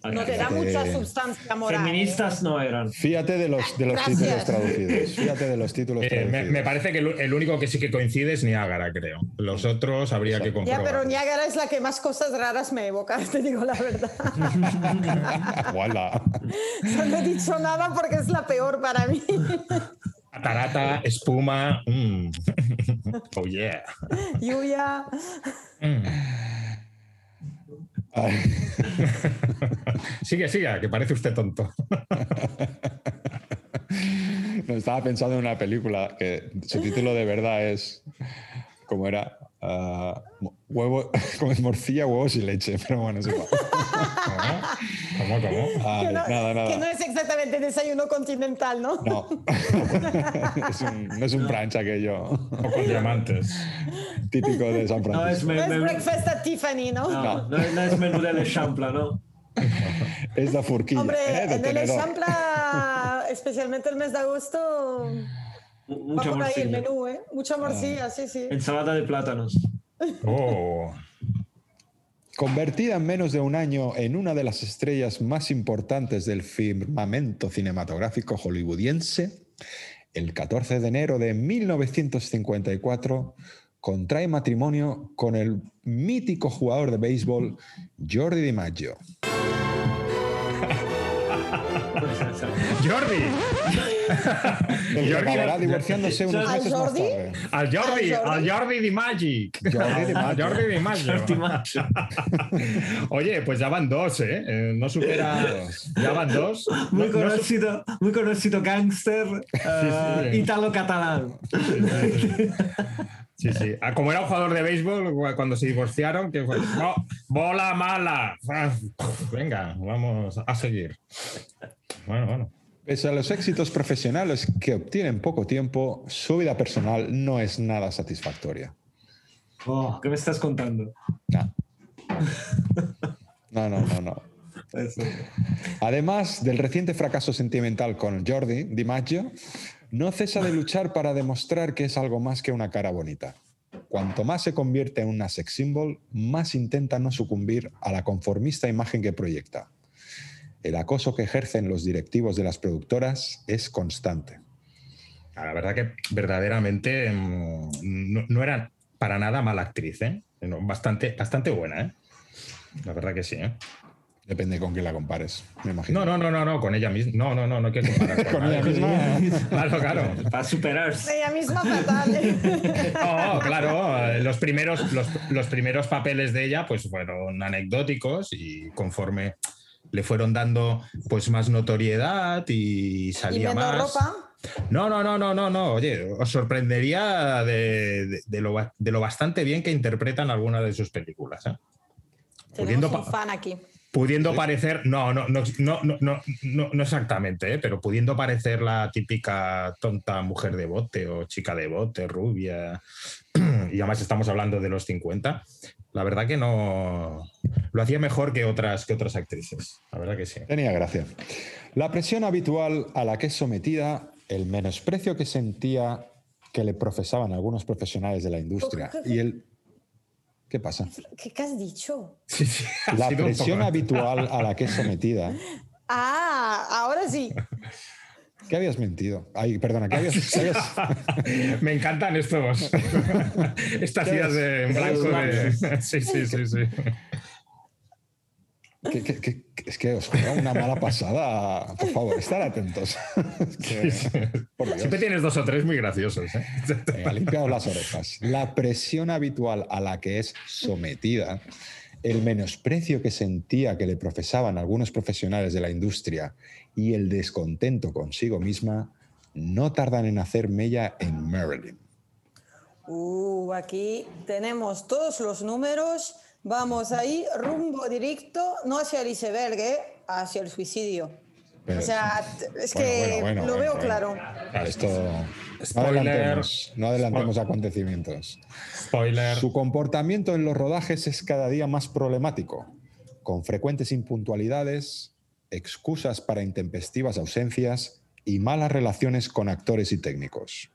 Speaker 2: No te da
Speaker 3: este
Speaker 2: mucha sustancia moral.
Speaker 3: Feministas no eran.
Speaker 1: Fíjate de los, de los títulos
Speaker 2: Gracias.
Speaker 1: traducidos. Fíjate de los títulos
Speaker 4: Eh,
Speaker 1: traducidos.
Speaker 4: me, me parece que el, el único que sí que coincide es Niágara, creo. Los otros habría
Speaker 2: ¿eh?
Speaker 4: que
Speaker 2: Ya,
Speaker 4: comprobar.
Speaker 2: pero Niágara es la que más cosas raras me evoca, te digo la verdad.
Speaker 1: Guala.
Speaker 2: No he dicho nada porque es la peor para mí.
Speaker 4: Catarata, espuma. mm. Oh yeah.
Speaker 2: Yuya.
Speaker 4: Mm.
Speaker 1: Ay,
Speaker 4: Sigue, siga, que parece usted tonto.
Speaker 1: no, estaba pensando en una película que su título de verdad es. ¿Cómo era? Ah, mo- huevo, como es morcilla, huevos y leche. Pero bueno, es igual.
Speaker 4: ¿Cómo? ¿Cómo? cómo?
Speaker 1: Ay,
Speaker 2: que, no,
Speaker 1: Ah, nada, nada.
Speaker 2: que no es exactamente desayuno continental, ¿no?
Speaker 1: No, es un, no es un brunch aquello
Speaker 4: O con diamantes.
Speaker 1: típico de San
Speaker 3: No es,
Speaker 1: Francisco.
Speaker 3: me-
Speaker 2: No es
Speaker 3: me-
Speaker 2: breakfast at Tiffany, ¿no?
Speaker 3: no,
Speaker 1: No.
Speaker 3: no es- no es menú del Champla, ¿no?
Speaker 1: Es la furquilla,
Speaker 2: Hombre,
Speaker 1: eh, de
Speaker 2: en el
Speaker 1: tenedor.
Speaker 2: Champla, especialmente el mes de agosto,
Speaker 3: Mu-
Speaker 2: va
Speaker 3: Mucha
Speaker 2: por ahí el
Speaker 3: morcilla.
Speaker 2: menú, ¿eh? Mucha morcilla, sí, sí.
Speaker 3: Ensalada de plátanos.
Speaker 4: Oh.
Speaker 1: Convertida en menos de un año en una de las estrellas más importantes del firmamento cinematográfico hollywoodiense, el 14 de enero de 1954 contrae matrimonio con el mítico jugador de béisbol Jordi DiMaggio.
Speaker 3: Pues,
Speaker 4: Jordi.
Speaker 1: El que
Speaker 4: Jordi-
Speaker 1: acabará divorciándose unos
Speaker 3: ¿Al
Speaker 1: meses más
Speaker 2: Jordi?
Speaker 1: tarde.
Speaker 4: Al Jordi,
Speaker 2: Al
Speaker 4: al
Speaker 2: Jordi.
Speaker 4: Jordi Di Magic.
Speaker 1: Jordi Di
Speaker 4: Al
Speaker 1: Maggio.
Speaker 4: Jordi Di Maggio.
Speaker 3: Jordi Maggio.
Speaker 4: Oye, pues ya van dos, ¿eh? Eh, No supera. Ya van dos. No-
Speaker 3: Muy
Speaker 4: no su-
Speaker 3: conocido, muy conocido gángster eh,
Speaker 4: sí.
Speaker 3: italo-catalán.
Speaker 4: Sí, sí. Ah, Como era un jugador de béisbol, cu- cuando se divorciaron, que fue. "No, ¡Bola mala! Ah, Venga, vamos a seguir. Bueno, bueno.
Speaker 1: Pese a los éxitos profesionales que obtiene en poco tiempo, su vida personal no es nada satisfactoria.
Speaker 3: Oh, ¿Qué me estás contando?
Speaker 1: No. No, no, no, no.
Speaker 3: Eso.
Speaker 1: Además del reciente fracaso sentimental con Jordi DiMaggio, no cesa de luchar para demostrar que es algo más que una cara bonita. Cuanto más se convierte en una sex symbol, más intenta no sucumbir a la conformista imagen que proyecta. El acoso que ejercen los directivos de las productoras es constante.
Speaker 4: Ah, La verdad que verdaderamente mm, no, no era para nada mala actriz, ¿eh? No, Bastante, bastante buena, ¿eh? La verdad que sí, ¿eh?
Speaker 1: Depende con quién la compares, me imagino.
Speaker 4: No, no, no, no, no, con ella misma. No, no, no, no hay que comparar con,
Speaker 1: Con
Speaker 4: nadie.
Speaker 1: ella misma.
Speaker 4: Claro, claro.
Speaker 3: Para superarse.
Speaker 2: Ella misma fatal. ¿eh?
Speaker 4: No, claro. eh, Los primeros, los, los primeros papeles de ella pues fueron anecdóticos y conforme le fueron dando pues más notoriedad y
Speaker 2: y
Speaker 4: salía
Speaker 2: menos
Speaker 4: más.
Speaker 2: ropa.
Speaker 4: No, no, no, no, no, no. Oye, os sorprendería de, de- de lo, ba- de lo bastante bien que interpretan algunas de sus películas. ¿eh? Pudiendo
Speaker 2: Tenemos un
Speaker 4: pa-
Speaker 2: fan aquí.
Speaker 4: Pudiendo parecer, no, no, no, no, no, no, no, no exactamente, ¿eh? pero pudiendo parecer la típica tonta mujer de bote o chica de bote, rubia, y además estamos hablando de los 50, la verdad que no lo hacía mejor que otras, que otras actrices, la verdad que sí.
Speaker 1: Tenía gracia. La presión habitual a la que es sometida, el menosprecio que sentía que le profesaban algunos profesionales de la industria y el... ¿Qué pasa?
Speaker 2: ¿Qué, qué has dicho?
Speaker 4: Sí, sí, ha
Speaker 1: La
Speaker 4: sido un poco-
Speaker 1: presión habitual a la que es sometida.
Speaker 2: Ah, ahora sí.
Speaker 1: ¿Qué habías mentido? Ay, perdona, ¿qué habías... qué habías-
Speaker 4: Me encantan estos. Estas
Speaker 1: ¿Qué
Speaker 4: ideas
Speaker 1: es?
Speaker 4: de en blanco. de- Sí, sí, sí, sí.
Speaker 1: qué- qué- qué- qué- es que os juega una mala pasada. Por favor, estar atentos. Es que- por Dios.
Speaker 4: Siempre tienes dos o tres muy graciosos. ¿eh?
Speaker 1: Venga, limpiaos las orejas. La presión habitual a la que es sometida, el menosprecio que sentía que le profesaban algunos profesionales de la industria y el descontento consigo misma no tardan en hacer mella en Marilyn.
Speaker 2: Uh, aquí tenemos todos los números. Vamos ahí, rumbo directo, no hacia el iceberg, ¿eh? hacia el suicidio.
Speaker 1: Pero-
Speaker 2: o sea, t- es que
Speaker 1: Bueno, bueno, bueno,
Speaker 2: lo
Speaker 1: bueno,
Speaker 2: veo
Speaker 1: bueno.
Speaker 2: claro.
Speaker 1: Esto no
Speaker 4: Spoiler.
Speaker 1: adelantemos, no adelantemos acontecimientos.
Speaker 4: Spoiler.
Speaker 1: Su comportamiento en los rodajes es cada día más problemático, con frecuentes impuntualidades, excusas para intempestivas ausencias y malas relaciones con actores y técnicos.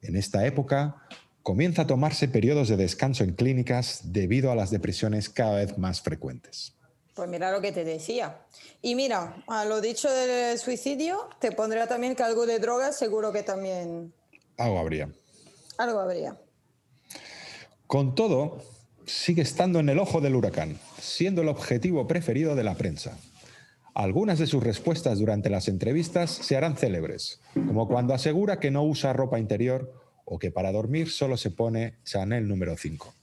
Speaker 1: En esta época comienza a tomarse periodos de descanso en clínicas debido a las depresiones cada vez más frecuentes.
Speaker 2: Pues mira lo que te decía. Y mira, a lo dicho del suicidio, te pondría también que algo de drogas seguro que también
Speaker 1: Algo habría.
Speaker 2: algo habría.
Speaker 1: Con todo, sigue estando en el ojo del huracán, siendo el objetivo preferido de la prensa. Algunas de sus respuestas durante las entrevistas se harán célebres, como cuando asegura que no usa ropa interior o que para dormir solo se pone Chanel número 5.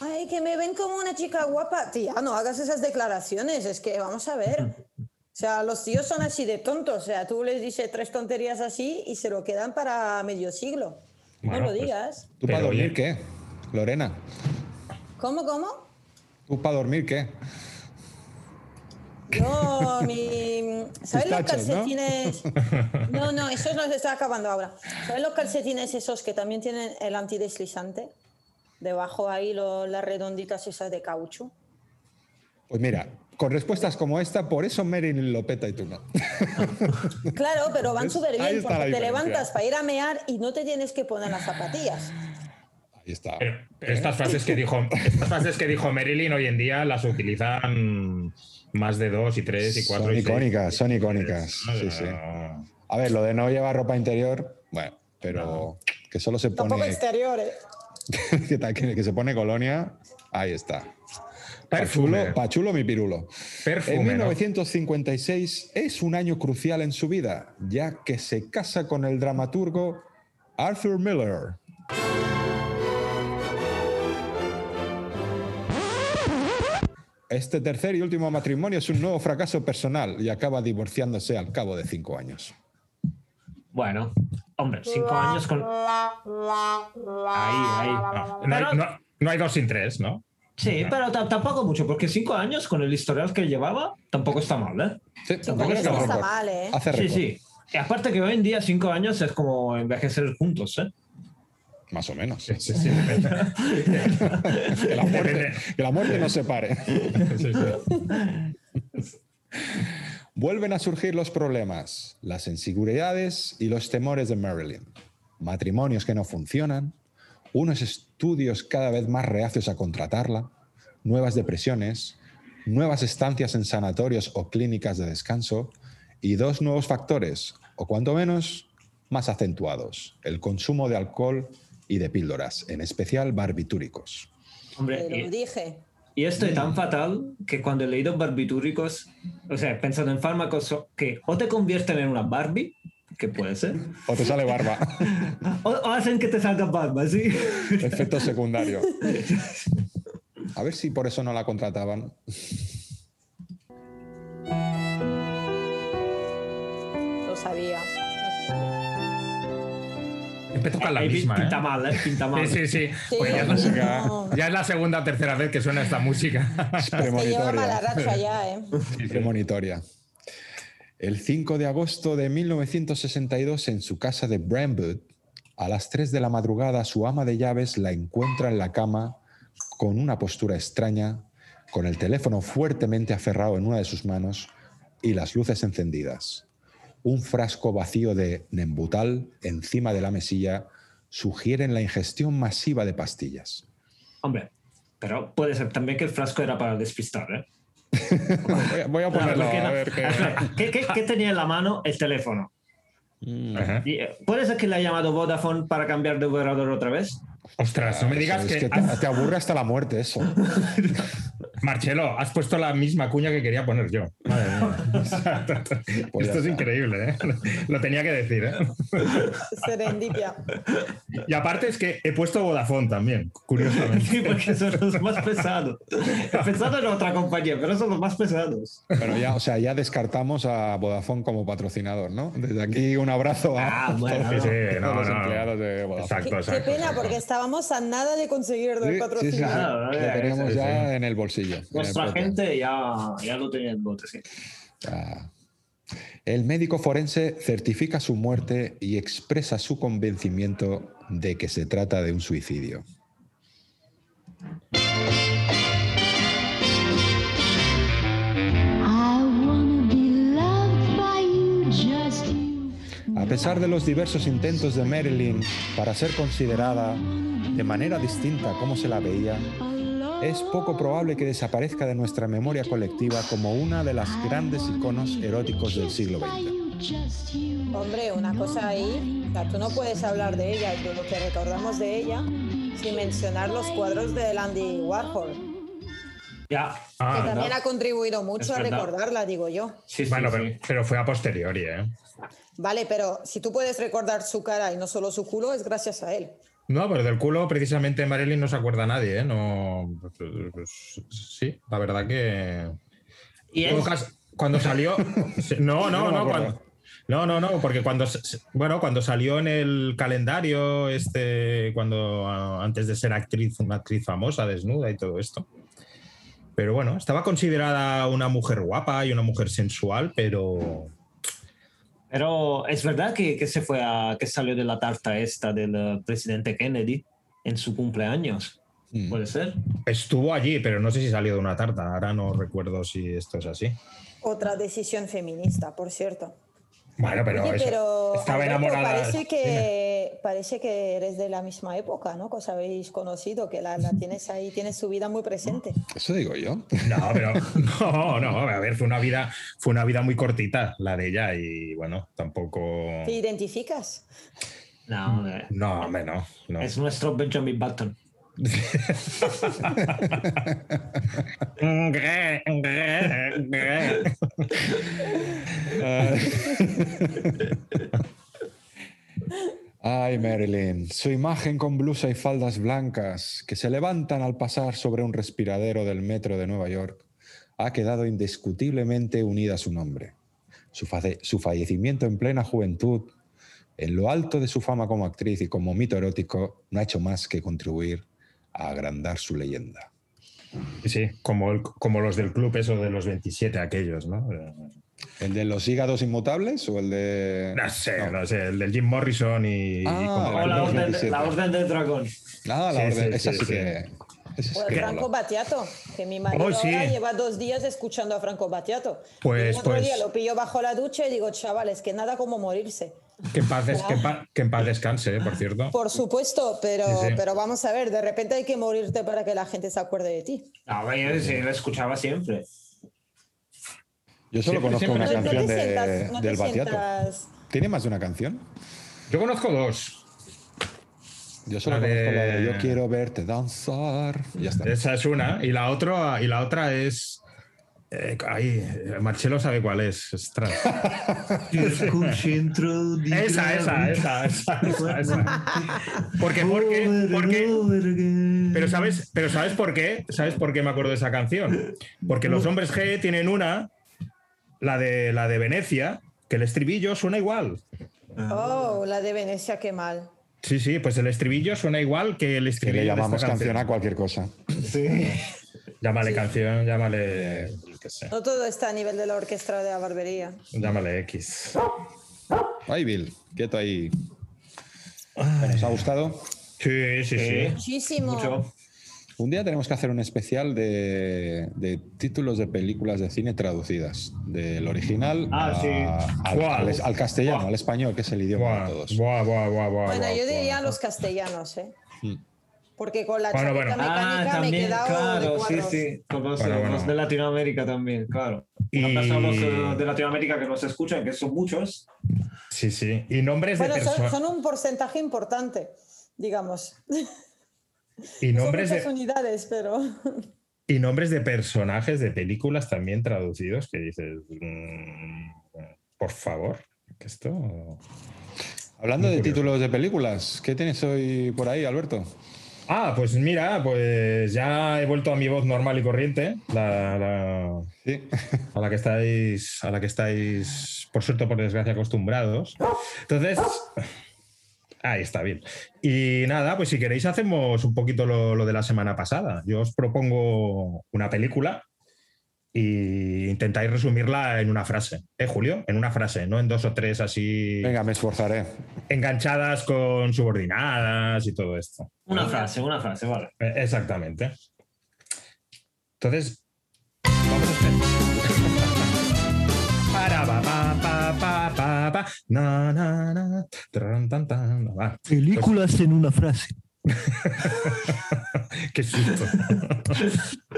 Speaker 2: Ay, que me ven como una chica guapa. Tía, no hagas esas declaraciones, es que vamos a ver. O sea, los tíos son así de tontos. O sea, tú les dices tres tonterías así y se lo quedan para medio siglo.
Speaker 4: Bueno,
Speaker 2: no lo
Speaker 4: pues-
Speaker 2: digas.
Speaker 1: ¿Tú para
Speaker 4: Pero,
Speaker 1: dormir
Speaker 4: oye.
Speaker 1: qué, Lorena?
Speaker 2: ¿Cómo, cómo?
Speaker 1: ¿Tú para dormir qué?
Speaker 2: No, mi. ¿Sabes los
Speaker 1: Pistachos, ¿no?
Speaker 2: calcetines? ¿no? no, esos nos está acabando ahora. ¿Sabes los calcetines esos que también tienen el antideslizante? Debajo ahí lo- las redonditas esas de caucho.
Speaker 1: Pues mira, con respuestas como esta, por eso Meryl lo peta y tú no.
Speaker 2: Claro, pero van
Speaker 1: ¿Ves?
Speaker 2: súper
Speaker 1: Ahí
Speaker 2: bien
Speaker 1: está la
Speaker 2: porque te
Speaker 1: diferencia.
Speaker 2: levantas para ir a mear y no te tienes que poner las zapatillas.
Speaker 1: Ahí está.
Speaker 4: Pero, pero estas frases que dijo estas frases que dijo Marilyn hoy en día las utilizan más de dos y tres y cuatro
Speaker 1: Son
Speaker 4: y seis. Ah,
Speaker 1: icónicas, son icónicas. Sí, sí. A ver, lo de no llevar ropa interior, bueno, pero que solo se
Speaker 2: Tampoco
Speaker 1: pone
Speaker 2: exteriores.
Speaker 1: que, ta- que- que se pone colonia, ahí está.
Speaker 4: Perfume.
Speaker 1: Pachulo, pachulo mi pirulo.
Speaker 4: Perfume,
Speaker 1: en
Speaker 4: ¿no?
Speaker 1: 1956 es un año crucial en su vida, ya que se casa con el dramaturgo Arthur Miller. Este tercer y último matrimonio es un nuevo fracaso personal y acaba divorciándose al cabo de cinco años.
Speaker 3: Bueno, hombre, cinco años con. Ahí, ahí.
Speaker 4: No, no hay,
Speaker 3: Pero-
Speaker 4: no- no hay dos sin tres, ¿no?
Speaker 3: Sí, pero ta- tampoco mucho, porque cinco años con el historial que llevaba tampoco está mal, ¿eh?
Speaker 1: Sí, tampoco
Speaker 2: años
Speaker 1: está
Speaker 2: no está
Speaker 1: récord.
Speaker 2: mal, ¿eh?
Speaker 1: Hace
Speaker 3: Sí,
Speaker 1: récord,
Speaker 3: sí. Y aparte que hoy en día cinco años es como envejecer juntos, ¿eh?
Speaker 1: más o menos.
Speaker 4: Sí, sí, depende.
Speaker 1: Que la muerte,
Speaker 4: Depende.
Speaker 1: que la muerte no se pare.
Speaker 4: Sí, sí.
Speaker 1: Vuelven a surgir los problemas, las inseguridades y los temores de Marilyn. Matrimonios que no funcionan, unos estudios cada vez más reacios a contratarla, nuevas depresiones, nuevas estancias en sanatorios o clínicas de descanso y dos nuevos factores, o cuanto menos, más acentuados, el consumo de alcohol y de píldoras, en especial barbitúricos.
Speaker 2: eh,
Speaker 3: Hombre,
Speaker 2: Te lo
Speaker 3: y,
Speaker 2: dije.
Speaker 3: y esto es tan fatal que cuando he leído barbitúricos, o sea, he pensado en fármacos so- que o te convierten en una Barbie, que puede ser,
Speaker 1: O te sale barba,
Speaker 3: o, o hacen que te salga barba, ¿sí?
Speaker 1: efecto secundario. A ver si por eso no la contrataban.
Speaker 2: Lo sabía.
Speaker 4: Siempre toca la
Speaker 3: Ahí
Speaker 4: misma,
Speaker 3: pinta
Speaker 4: ¿eh?
Speaker 3: mal, ¿eh? Pinta mal.
Speaker 4: Sí, sí, sí.
Speaker 2: Sí,
Speaker 4: Oye, ya, es la,
Speaker 2: no.
Speaker 4: seg- ya es la segunda o tercera vez que suena esta música.
Speaker 1: Es
Speaker 2: Es que lleva
Speaker 1: premonitoria.
Speaker 2: mala racha ya, ¿eh?
Speaker 1: premonitoria. El 5 de agosto de 1962, en su casa de Brentwood, a las 3 de la madrugada, su ama de llaves la encuentra en la cama con una postura extraña, con el teléfono fuertemente aferrado en una de sus manos y las luces encendidas. Un frasco vacío de Nembutal encima de la mesilla sugieren la ingestión masiva de pastillas.
Speaker 3: Hombre, pero puede ser también que el frasco era para despistar, ¿eh?
Speaker 1: Voy a, voy
Speaker 4: Pues
Speaker 1: a ponerlo
Speaker 3: Porque
Speaker 1: a
Speaker 3: no-
Speaker 1: ver qué.
Speaker 3: ¿Qué, qué- qué tenía en la mano? El teléfono.
Speaker 4: Ajá.
Speaker 3: Y, eh, ¿Puede ser que le ha llamado Vodafone para cambiar de operador otra vez?
Speaker 4: Ostras, no me digas
Speaker 1: Ah, Es
Speaker 4: que.
Speaker 1: que te, te aburre hasta la muerte eso.
Speaker 4: Marcelo, has puesto la misma cuña que quería poner yo. Madre mía.
Speaker 1: Pues ya
Speaker 4: Esto es
Speaker 1: está.
Speaker 4: increíble, ¿eh? Lo tenía que decir, ¿eh?
Speaker 2: Serendipia.
Speaker 4: Y aparte es que he puesto Vodafone también, curiosamente.
Speaker 3: Sí, porque son los más pesados. He pensado en otra compañía, pero son los más pesados.
Speaker 1: Pero ya, o sea, ya descartamos a Vodafone como patrocinador, ¿no? Desde aquí un abrazo a
Speaker 3: Ah, bueno.
Speaker 4: Sí, sí,
Speaker 1: todos
Speaker 4: no,
Speaker 1: los
Speaker 4: no.
Speaker 1: empleados de Vodafone.
Speaker 2: Qué,
Speaker 4: Exacto,
Speaker 2: qué
Speaker 4: exacto.
Speaker 2: pena,
Speaker 4: exacto.
Speaker 2: porque estábamos a nada de conseguir del
Speaker 1: Sí, sí, sí, sí.
Speaker 2: patrocinador.
Speaker 1: Lo
Speaker 3: Claro, eh,
Speaker 1: teníamos
Speaker 4: sí,
Speaker 1: ya en el bolsillo. en el
Speaker 3: Nuestra
Speaker 1: propio.
Speaker 3: gente ya, ya lo tenía en bote, sí.
Speaker 1: Ah. El médico forense certifica su muerte y expresa su convencimiento de que se trata de un suicidio.
Speaker 6: I wanna be loved by you, just you.
Speaker 1: A pesar de los diversos intentos de Marilyn para ser considerada de manera distinta como se la veía,
Speaker 6: Alone.
Speaker 1: es poco probable que desaparezca de nuestra memoria colectiva como una de las grandes iconos eróticos del siglo XX.
Speaker 6: XX.
Speaker 2: Hombre, una cosa ahí, o sea, tú no puedes hablar de ella y de lo que recordamos de ella sin mencionar los cuadros de Andy Warhol,
Speaker 3: Ya.
Speaker 4: Ah,
Speaker 2: que también
Speaker 3: ¿verdad?
Speaker 2: ha contribuido mucho
Speaker 3: Es
Speaker 2: a
Speaker 3: verdad.
Speaker 2: recordarla, digo yo.
Speaker 3: Sí, sí,
Speaker 4: Bueno,
Speaker 3: sí.
Speaker 4: pero, pero fue a posteriori, ¿eh?
Speaker 2: Vale, pero si tú puedes recordar su cara y no solo su culo, es gracias a él.
Speaker 4: No, pero del culo precisamente Marilyn no se acuerda nadie, ¿eh? No, pues, sí, la verdad que...
Speaker 3: Y
Speaker 4: En todo
Speaker 3: es-
Speaker 4: caso, cuando salió... No, no,
Speaker 1: No me
Speaker 4: no.
Speaker 1: acuerdo.
Speaker 4: cuando- no, no, no, porque cuando, s- bueno, cuando salió en el calendario, este, cuando ah, antes de ser actriz, una actriz famosa, desnuda y todo esto. Pero bueno, estaba considerada una mujer guapa y una mujer sensual, pero
Speaker 3: Pero es verdad que, que se fue a, que salió de la tarta esta del eh, presidente Kennedy en su cumpleaños.
Speaker 1: Mm.
Speaker 3: ¿Puede ser?
Speaker 4: estuvo allí, pero no sé si salió de una tarta. Ahora no recuerdo si esto es así.
Speaker 2: Otra decisión feminista, por cierto.
Speaker 4: Bueno, pero,
Speaker 2: Oye,
Speaker 4: eso-
Speaker 2: pero,
Speaker 4: estaba
Speaker 2: Alberto,
Speaker 4: enamorada.
Speaker 2: Parece
Speaker 4: Dime.
Speaker 2: que, parece que eres de la misma época, ¿no? Que os habéis conocido, que la, la tienes ahí, tienes su vida muy presente.
Speaker 1: Eso digo yo.
Speaker 4: No, pero no, no, a ver, fue una vida, fue una vida muy cortita la de ella y bueno, tampoco.
Speaker 2: ¿Te identificas?
Speaker 4: Mm.
Speaker 3: No, eh,
Speaker 4: No, hombre, no, no.
Speaker 3: es nuestro Benjamin Button.
Speaker 1: Ay, Marilyn, su imagen con blusa y faldas blancas que se levantan al pasar sobre un respiradero del metro de Nueva York ha quedado indiscutiblemente unida a su nombre. Su, face- su fallecimiento en plena juventud, en lo alto de su fama como actriz y como mito erótico, no ha hecho más que contribuir a agrandar su leyenda.
Speaker 4: Sí, como, el- como los del club, eso de los 27 aquellos, ¿no?
Speaker 1: ¿El de los hígados inmutables o el de...?
Speaker 4: No sé,
Speaker 1: No.
Speaker 4: no, sé, el del Jim Morrison y. y
Speaker 1: Ah,
Speaker 4: como-
Speaker 3: O la orden, de-
Speaker 1: 27.
Speaker 3: la orden del dragón.
Speaker 1: Ah, la
Speaker 4: Sí,
Speaker 1: orden-
Speaker 4: sí,
Speaker 1: esa
Speaker 4: sí,
Speaker 1: sí
Speaker 4: sí.
Speaker 1: que... esa sí
Speaker 2: O el
Speaker 1: que
Speaker 2: Pues Franco
Speaker 1: mola.
Speaker 2: Batiato, que mi marido
Speaker 4: Oh, sí.
Speaker 2: ahora lleva dos días escuchando a Franco Batiato.
Speaker 4: Pues-
Speaker 2: Y el otro
Speaker 4: pues-
Speaker 2: día lo pillo bajo la ducha y digo, chavales, que nada como morirse.
Speaker 4: que, en paz des- que en paz- que en paz descanse,
Speaker 1: Ah.
Speaker 4: eh, por cierto.
Speaker 2: Por supuesto, pero,
Speaker 4: Sí, sí.
Speaker 2: pero vamos a ver, de repente hay que morirte para que la gente se acuerde de ti.
Speaker 3: A ver, sí, lo escuchaba siempre.
Speaker 1: Yo solo
Speaker 4: Siempre-
Speaker 1: conozco
Speaker 4: siempre-
Speaker 1: una
Speaker 2: No, no
Speaker 1: canción
Speaker 2: te
Speaker 1: de-
Speaker 2: sientas, no te
Speaker 1: del Batiato.
Speaker 2: sientas
Speaker 1: ¿Tiene más de una canción?
Speaker 4: Yo conozco dos.
Speaker 1: Yo solo
Speaker 4: La de-
Speaker 1: conozco la de Yo quiero verte danzar. Y ya está.
Speaker 4: Esa es una. Y la otra, y la otra es. eh, ay, Marcelo sabe cuál es. Ostras. esa, esa, esa, esa, esa, esa. Porque, porque, porque. Pero sabes, pero ¿sabes por qué? ¿Sabes por qué me acuerdo de esa canción? Porque los hombres G tienen una, la de la de Venecia, que el estribillo suena igual.
Speaker 3: Ah.
Speaker 2: Oh, la de Venecia, qué mal.
Speaker 4: Sí, sí, pues el estribillo suena igual que el
Speaker 1: Que
Speaker 4: estribillo.
Speaker 1: le
Speaker 4: de esta
Speaker 1: llamamos canción a
Speaker 4: canción.
Speaker 1: cualquier cosa.
Speaker 4: Llámale canción, llámale. yo qué sé,
Speaker 2: No todo está a nivel de la orquesta de la barbería.
Speaker 4: llámale X.
Speaker 1: Ay, Bill, quieto ahí. ¿Nos ha gustado?
Speaker 4: Sí, sí, sí.
Speaker 2: Muchísimo.
Speaker 3: Mucho.
Speaker 1: Un día tenemos que hacer un especial de, de títulos de películas de cine traducidas. Del original
Speaker 3: Ah,
Speaker 1: a-
Speaker 3: sí.
Speaker 1: al,
Speaker 4: Guau.
Speaker 1: al- al castellano,
Speaker 4: Guau.
Speaker 1: al español, que es el idioma
Speaker 4: Buah,
Speaker 1: de todos.
Speaker 4: buah, buah, buah, buah,
Speaker 2: Bueno,
Speaker 4: buah,
Speaker 2: yo diría
Speaker 4: buah.
Speaker 2: a los castellanos, ¿eh? Porque con la
Speaker 4: Bueno,
Speaker 2: chaqueta
Speaker 4: bueno.
Speaker 3: Ah,
Speaker 2: mecánica me he
Speaker 3: también,
Speaker 2: quedado de
Speaker 3: claro, sí,
Speaker 2: cuadros.
Speaker 3: sí. Como los-
Speaker 4: Bueno, bueno.
Speaker 3: los de Latinoamérica también, claro.
Speaker 4: Y-
Speaker 3: Y... a los eh, de Latinoamérica que nos escuchan, que son muchos.
Speaker 4: Sí, sí. Y nombres de
Speaker 2: Bueno, son,
Speaker 4: personas.
Speaker 2: son un porcentaje importante, digamos.
Speaker 4: Y
Speaker 2: Son
Speaker 4: nombres
Speaker 2: muchas
Speaker 4: de,
Speaker 2: unidades, pero...
Speaker 4: y nombres de personajes de películas también traducidos que dices. mm, por favor. Que esto.
Speaker 1: Hablando
Speaker 4: Muy
Speaker 1: de
Speaker 4: curioso.
Speaker 1: títulos de películas, ¿qué tienes hoy por ahí, Alberto?
Speaker 4: Ah, pues mira, pues ya he vuelto a mi voz normal y corriente. La, la-
Speaker 1: Sí.
Speaker 4: a la que estáis. A la que estáis, por suerte o por desgracia, acostumbrados. Entonces. Ahí está, bien. Y nada, pues si queréis hacemos un poquito lo, lo de la semana pasada. Yo os propongo una película e intentáis resumirla en una frase. ¿Eh, Julio? En una frase, no en dos o tres así
Speaker 1: Venga, me esforzaré.
Speaker 4: enganchadas con subordinadas y todo esto.
Speaker 3: Una frase, una frase, vale.
Speaker 4: Eh, Exactamente. Entonces, vamos a hacer. Para, pa, pa, pa, pa, pa, pa, na, na, na, tran, tan, tan, va.
Speaker 7: Películas en una frase.
Speaker 4: Qué susto.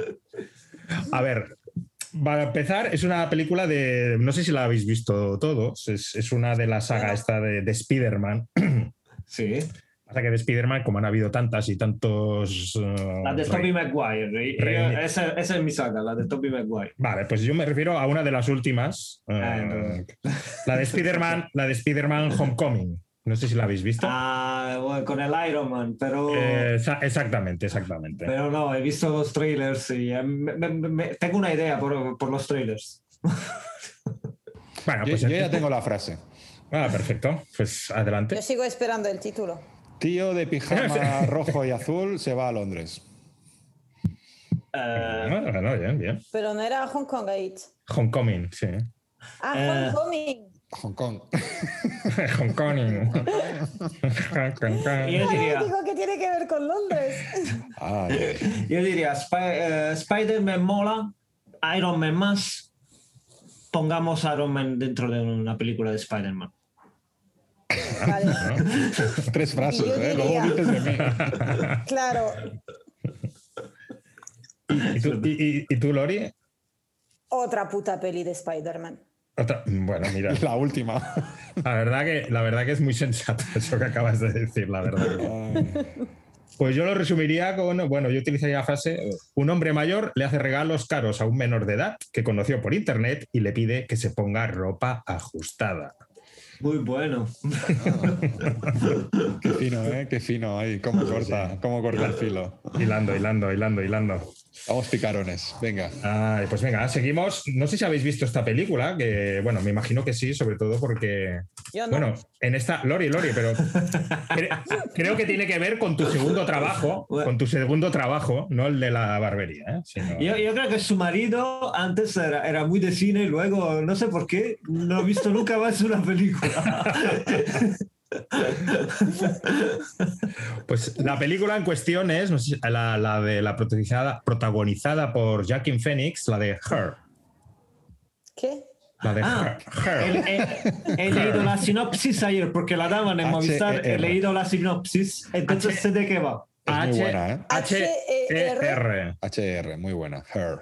Speaker 4: A ver, para empezar, es una película de. No sé si la habéis visto todos. Es, es una de la saga esta de, de Spider-Man.
Speaker 3: Sí.
Speaker 4: Pasa que de Spider-Man, como han habido tantas y tantos. eh,
Speaker 3: La de
Speaker 4: re-
Speaker 3: Tobey Maguire. y- y-
Speaker 4: Re-
Speaker 3: Esa, esa es mi saga, la de Tobey Maguire.
Speaker 4: Vale, pues yo me refiero a una de las últimas. eh,
Speaker 3: Ah, entonces.
Speaker 4: la de Spider-Man, la de Spider-Man Homecoming. No sé si la habéis visto.
Speaker 3: Ah, bueno, con el Iron Man, pero,
Speaker 4: Eh, esa- exactamente, exactamente.
Speaker 3: pero no, he visto los trailers y eh, me- me- me- tengo una idea por, por los trailers.
Speaker 4: bueno,
Speaker 1: Yo,
Speaker 4: pues
Speaker 1: yo ya tengo la frase.
Speaker 4: Ah, perfecto. Pues adelante.
Speaker 2: Yo sigo esperando el título.
Speaker 1: Tío de pijama rojo y azul se va a Londres.
Speaker 3: Eh,
Speaker 4: Ah, bueno, bien, bien.
Speaker 2: Pero no era Hong Kong Gate.
Speaker 4: Homecoming, sí.
Speaker 2: Ah,
Speaker 3: Eh.
Speaker 2: Homecoming.
Speaker 1: Hong Kong.
Speaker 4: Homecoming.
Speaker 3: y yo diría,
Speaker 2: Yo digo que tiene que ver con Londres.
Speaker 1: Ay,
Speaker 3: yo diría Spi- eh, Spider-Man mola, Iron Man más. Pongamos Iron Man dentro de una película de Spider-Man.
Speaker 2: Vale,
Speaker 1: tres frases,
Speaker 2: Yo
Speaker 1: ¿eh? Luego
Speaker 2: diría-
Speaker 1: dices de mí.
Speaker 2: claro.
Speaker 4: ¿Y, tú, y- y- y tú, Lori?
Speaker 2: Otra puta peli de Spider-Man.
Speaker 4: Otra- Bueno, mira,
Speaker 1: La última.
Speaker 4: la verdad, que, la verdad que es muy sensato eso que acabas de decir, la verdad.
Speaker 1: Ay,
Speaker 4: Pues yo lo resumiría con, bueno, yo utilizaría la frase, un hombre mayor le hace regalos caros a un menor de edad que conoció por internet y le pide que se ponga ropa ajustada.
Speaker 3: Muy bueno.
Speaker 1: qué fino, ¿eh? Qué fino. Ay, cómo corta, cómo corta el filo.
Speaker 4: Hilando, hilando, hilando, hilando.
Speaker 1: Vamos picarones, venga.
Speaker 4: Ay, pues venga, seguimos. No sé si habéis visto esta película, que bueno, me imagino que sí, sobre todo porque.
Speaker 2: Yo no.
Speaker 4: Bueno, en esta. Lori, Lori, pero. cre- creo que tiene que ver con tu segundo trabajo. Con tu segundo trabajo, no el de la barbería. ¿eh? sino-
Speaker 3: Yo, yo creo que su marido antes era, era muy de cine y luego, no sé por qué, no he visto nunca más una película.
Speaker 4: Pues la película en cuestión es no sé, la, la de la protagonizada, protagonizada por Jacqueline Phoenix, la de Her.
Speaker 2: ¿Qué?
Speaker 4: La de
Speaker 3: Ah,
Speaker 4: Her. Her.
Speaker 3: He, he- he leído la sinopsis ayer porque la daban en
Speaker 1: H.E.R..
Speaker 3: Movistar.
Speaker 1: E
Speaker 3: He leído la sinopsis, entonces
Speaker 4: H-
Speaker 3: sé de qué va.
Speaker 1: Es muy
Speaker 4: H- E
Speaker 1: buena, ¿eh?
Speaker 2: E
Speaker 4: H-E-R.
Speaker 1: HR, muy buena. Her.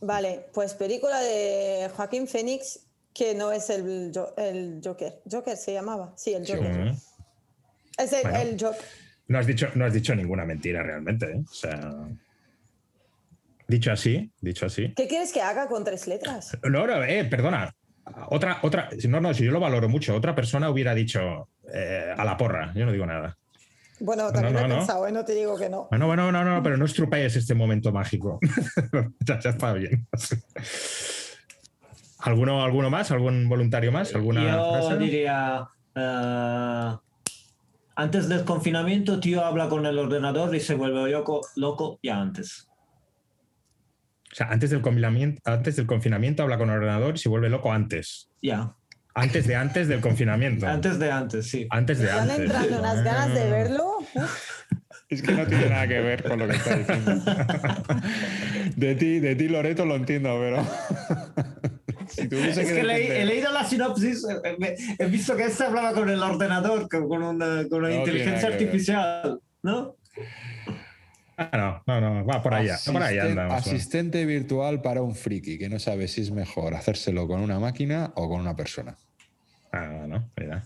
Speaker 2: Vale, pues película de Joaquín Phoenix, que no es el, Jo- el Joker. Joker se llamaba. Sí, el Joker.
Speaker 4: Ujú.
Speaker 2: Es el,
Speaker 4: Bueno.
Speaker 2: el Joker.
Speaker 4: No has dicho, no has dicho ninguna mentira realmente, ¿eh? O sea. Dicho así, dicho así.
Speaker 2: ¿Qué quieres que haga con tres letras?
Speaker 4: No, no, eh, perdona. Otra, otra. No, no, si yo lo valoro mucho, otra persona hubiera dicho eh, a la porra. Yo no digo nada.
Speaker 2: Bueno, también
Speaker 4: no,
Speaker 2: lo he
Speaker 4: no.
Speaker 2: pensado, ¿eh? no te digo que no.
Speaker 4: Bueno, bueno, no, no, pero no estropees este momento mágico. ya, ya está bien. ¿Alguno, ¿Alguno más? ¿Algún voluntario más? ¿Alguna
Speaker 3: Yo
Speaker 4: frase?
Speaker 3: diría, eh, antes del confinamiento, tío habla con el ordenador y se vuelve loco, loco ya antes.
Speaker 4: O sea, antes del, confinamiento, antes del confinamiento habla con el ordenador y se vuelve loco antes.
Speaker 3: Ya,
Speaker 4: Antes de antes del confinamiento.
Speaker 3: antes de antes,
Speaker 1: Ah,
Speaker 3: sí.
Speaker 4: Antes de
Speaker 2: Están
Speaker 4: antes. Ah,
Speaker 2: entrando unas ganas de verlo. Uf,
Speaker 1: Es que no tiene nada que ver con lo que está diciendo. De ti, de ti, Loreto, lo entiendo, pero. Si tuviese
Speaker 3: Es
Speaker 1: que,
Speaker 3: que leí- he
Speaker 1: defender-
Speaker 3: leído la sinopsis, eh, eh, me- he visto que este hablaba con el ordenador, con con una, con
Speaker 1: No
Speaker 3: una
Speaker 1: tiene
Speaker 3: inteligencia
Speaker 1: nada que ver.
Speaker 3: artificial, ¿no?
Speaker 4: Ah, no, no, no, va por allá, por allá
Speaker 1: Asisten-
Speaker 4: andamos. va.
Speaker 1: Asistente virtual para un friki que no sabe si es mejor hacérselo con una máquina o con una persona.
Speaker 4: Ah, no, mira.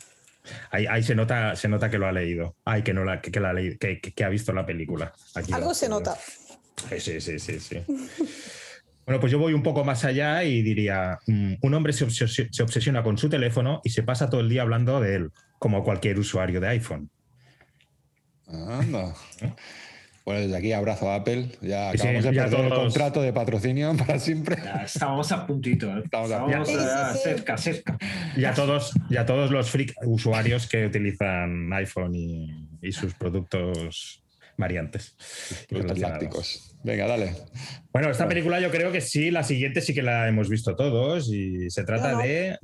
Speaker 4: Ahí, ahí se, nota, se nota que lo ha leído. Ay, que no la, que, que la ha leído, que, que- que ha visto la película. Aquí
Speaker 2: algo
Speaker 4: lo-
Speaker 2: se nota.
Speaker 4: Sí, sí, sí, sí, sí. Bueno, pues yo voy un poco más allá y diría, mm, un hombre se obsesio- se obsesiona con su teléfono y se pasa todo el día hablando de él, como cualquier usuario de iPhone.
Speaker 1: Anda. Bueno, desde aquí abrazo a Apple. Ya
Speaker 4: Sí, sí,
Speaker 1: acabamos de
Speaker 4: ya
Speaker 1: perder el
Speaker 4: todos.
Speaker 1: contrato de patrocinio para siempre.
Speaker 3: Ah, Estábamos a puntito, ¿eh?
Speaker 1: Estábamos a-
Speaker 3: Estábamos
Speaker 2: Sí, sí,
Speaker 3: ah,
Speaker 2: sí.
Speaker 3: cerca, cerca.
Speaker 4: Y a todos, y a todos los freak usuarios que utilizan iPhone y, y sus productos variantes.
Speaker 1: Productos
Speaker 4: relacionados.
Speaker 1: lácticos. Venga, dale.
Speaker 4: Bueno, esta película yo creo que sí, la siguiente sí que la hemos visto todos y se trata
Speaker 2: Yo no.
Speaker 4: de...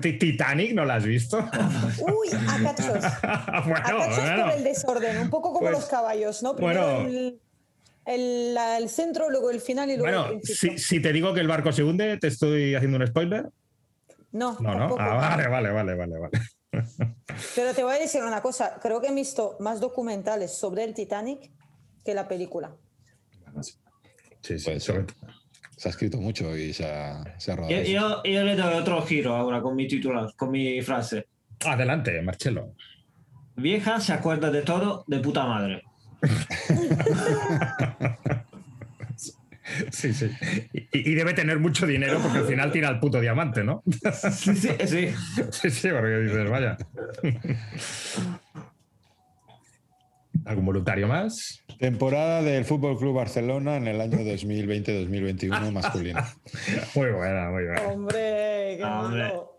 Speaker 4: Ti- Titanic, ¿no la has visto?
Speaker 2: Uy, a cachos. A
Speaker 4: bueno,
Speaker 2: cachos
Speaker 4: bueno.
Speaker 2: por el desorden, un poco como
Speaker 4: Pues,
Speaker 2: los caballos, ¿no? Primero
Speaker 4: bueno.
Speaker 2: el, el- la- el centro, luego el final y luego el
Speaker 4: Bueno,
Speaker 2: principio.
Speaker 4: si, si te digo que el barco se hunde, ¿te estoy haciendo un spoiler?
Speaker 2: No,
Speaker 4: No, no.
Speaker 2: tampoco.
Speaker 4: Ah, vale, vale, vale, vale, vale.
Speaker 2: Pero te voy a decir una cosa, creo que he visto más documentales sobre el Titanic que la película.
Speaker 4: Sí, sí,
Speaker 1: Puede
Speaker 4: sobre
Speaker 1: ser. Pues, Se ha escrito mucho y se ha, se ha rodado.
Speaker 3: Yo, yo- yo le doy otro giro ahora con mi titular, con mi frase.
Speaker 4: todo. Adelante, Marcelo.
Speaker 3: Vieja se acuerda de todo de puta madre.
Speaker 4: Sí, sí. Y, y debe tener mucho dinero porque al final tira el puto diamante, ¿no?
Speaker 3: Sí, sí, sí.
Speaker 4: Sí, sí, porque dices, vaya. ¿Algún voluntario más?
Speaker 1: Temporada del Fútbol Club Barcelona en el año 2020-2021 masculino.
Speaker 4: Muy buena, muy buena.
Speaker 2: Hombre, qué
Speaker 3: Hombre.
Speaker 2: malo.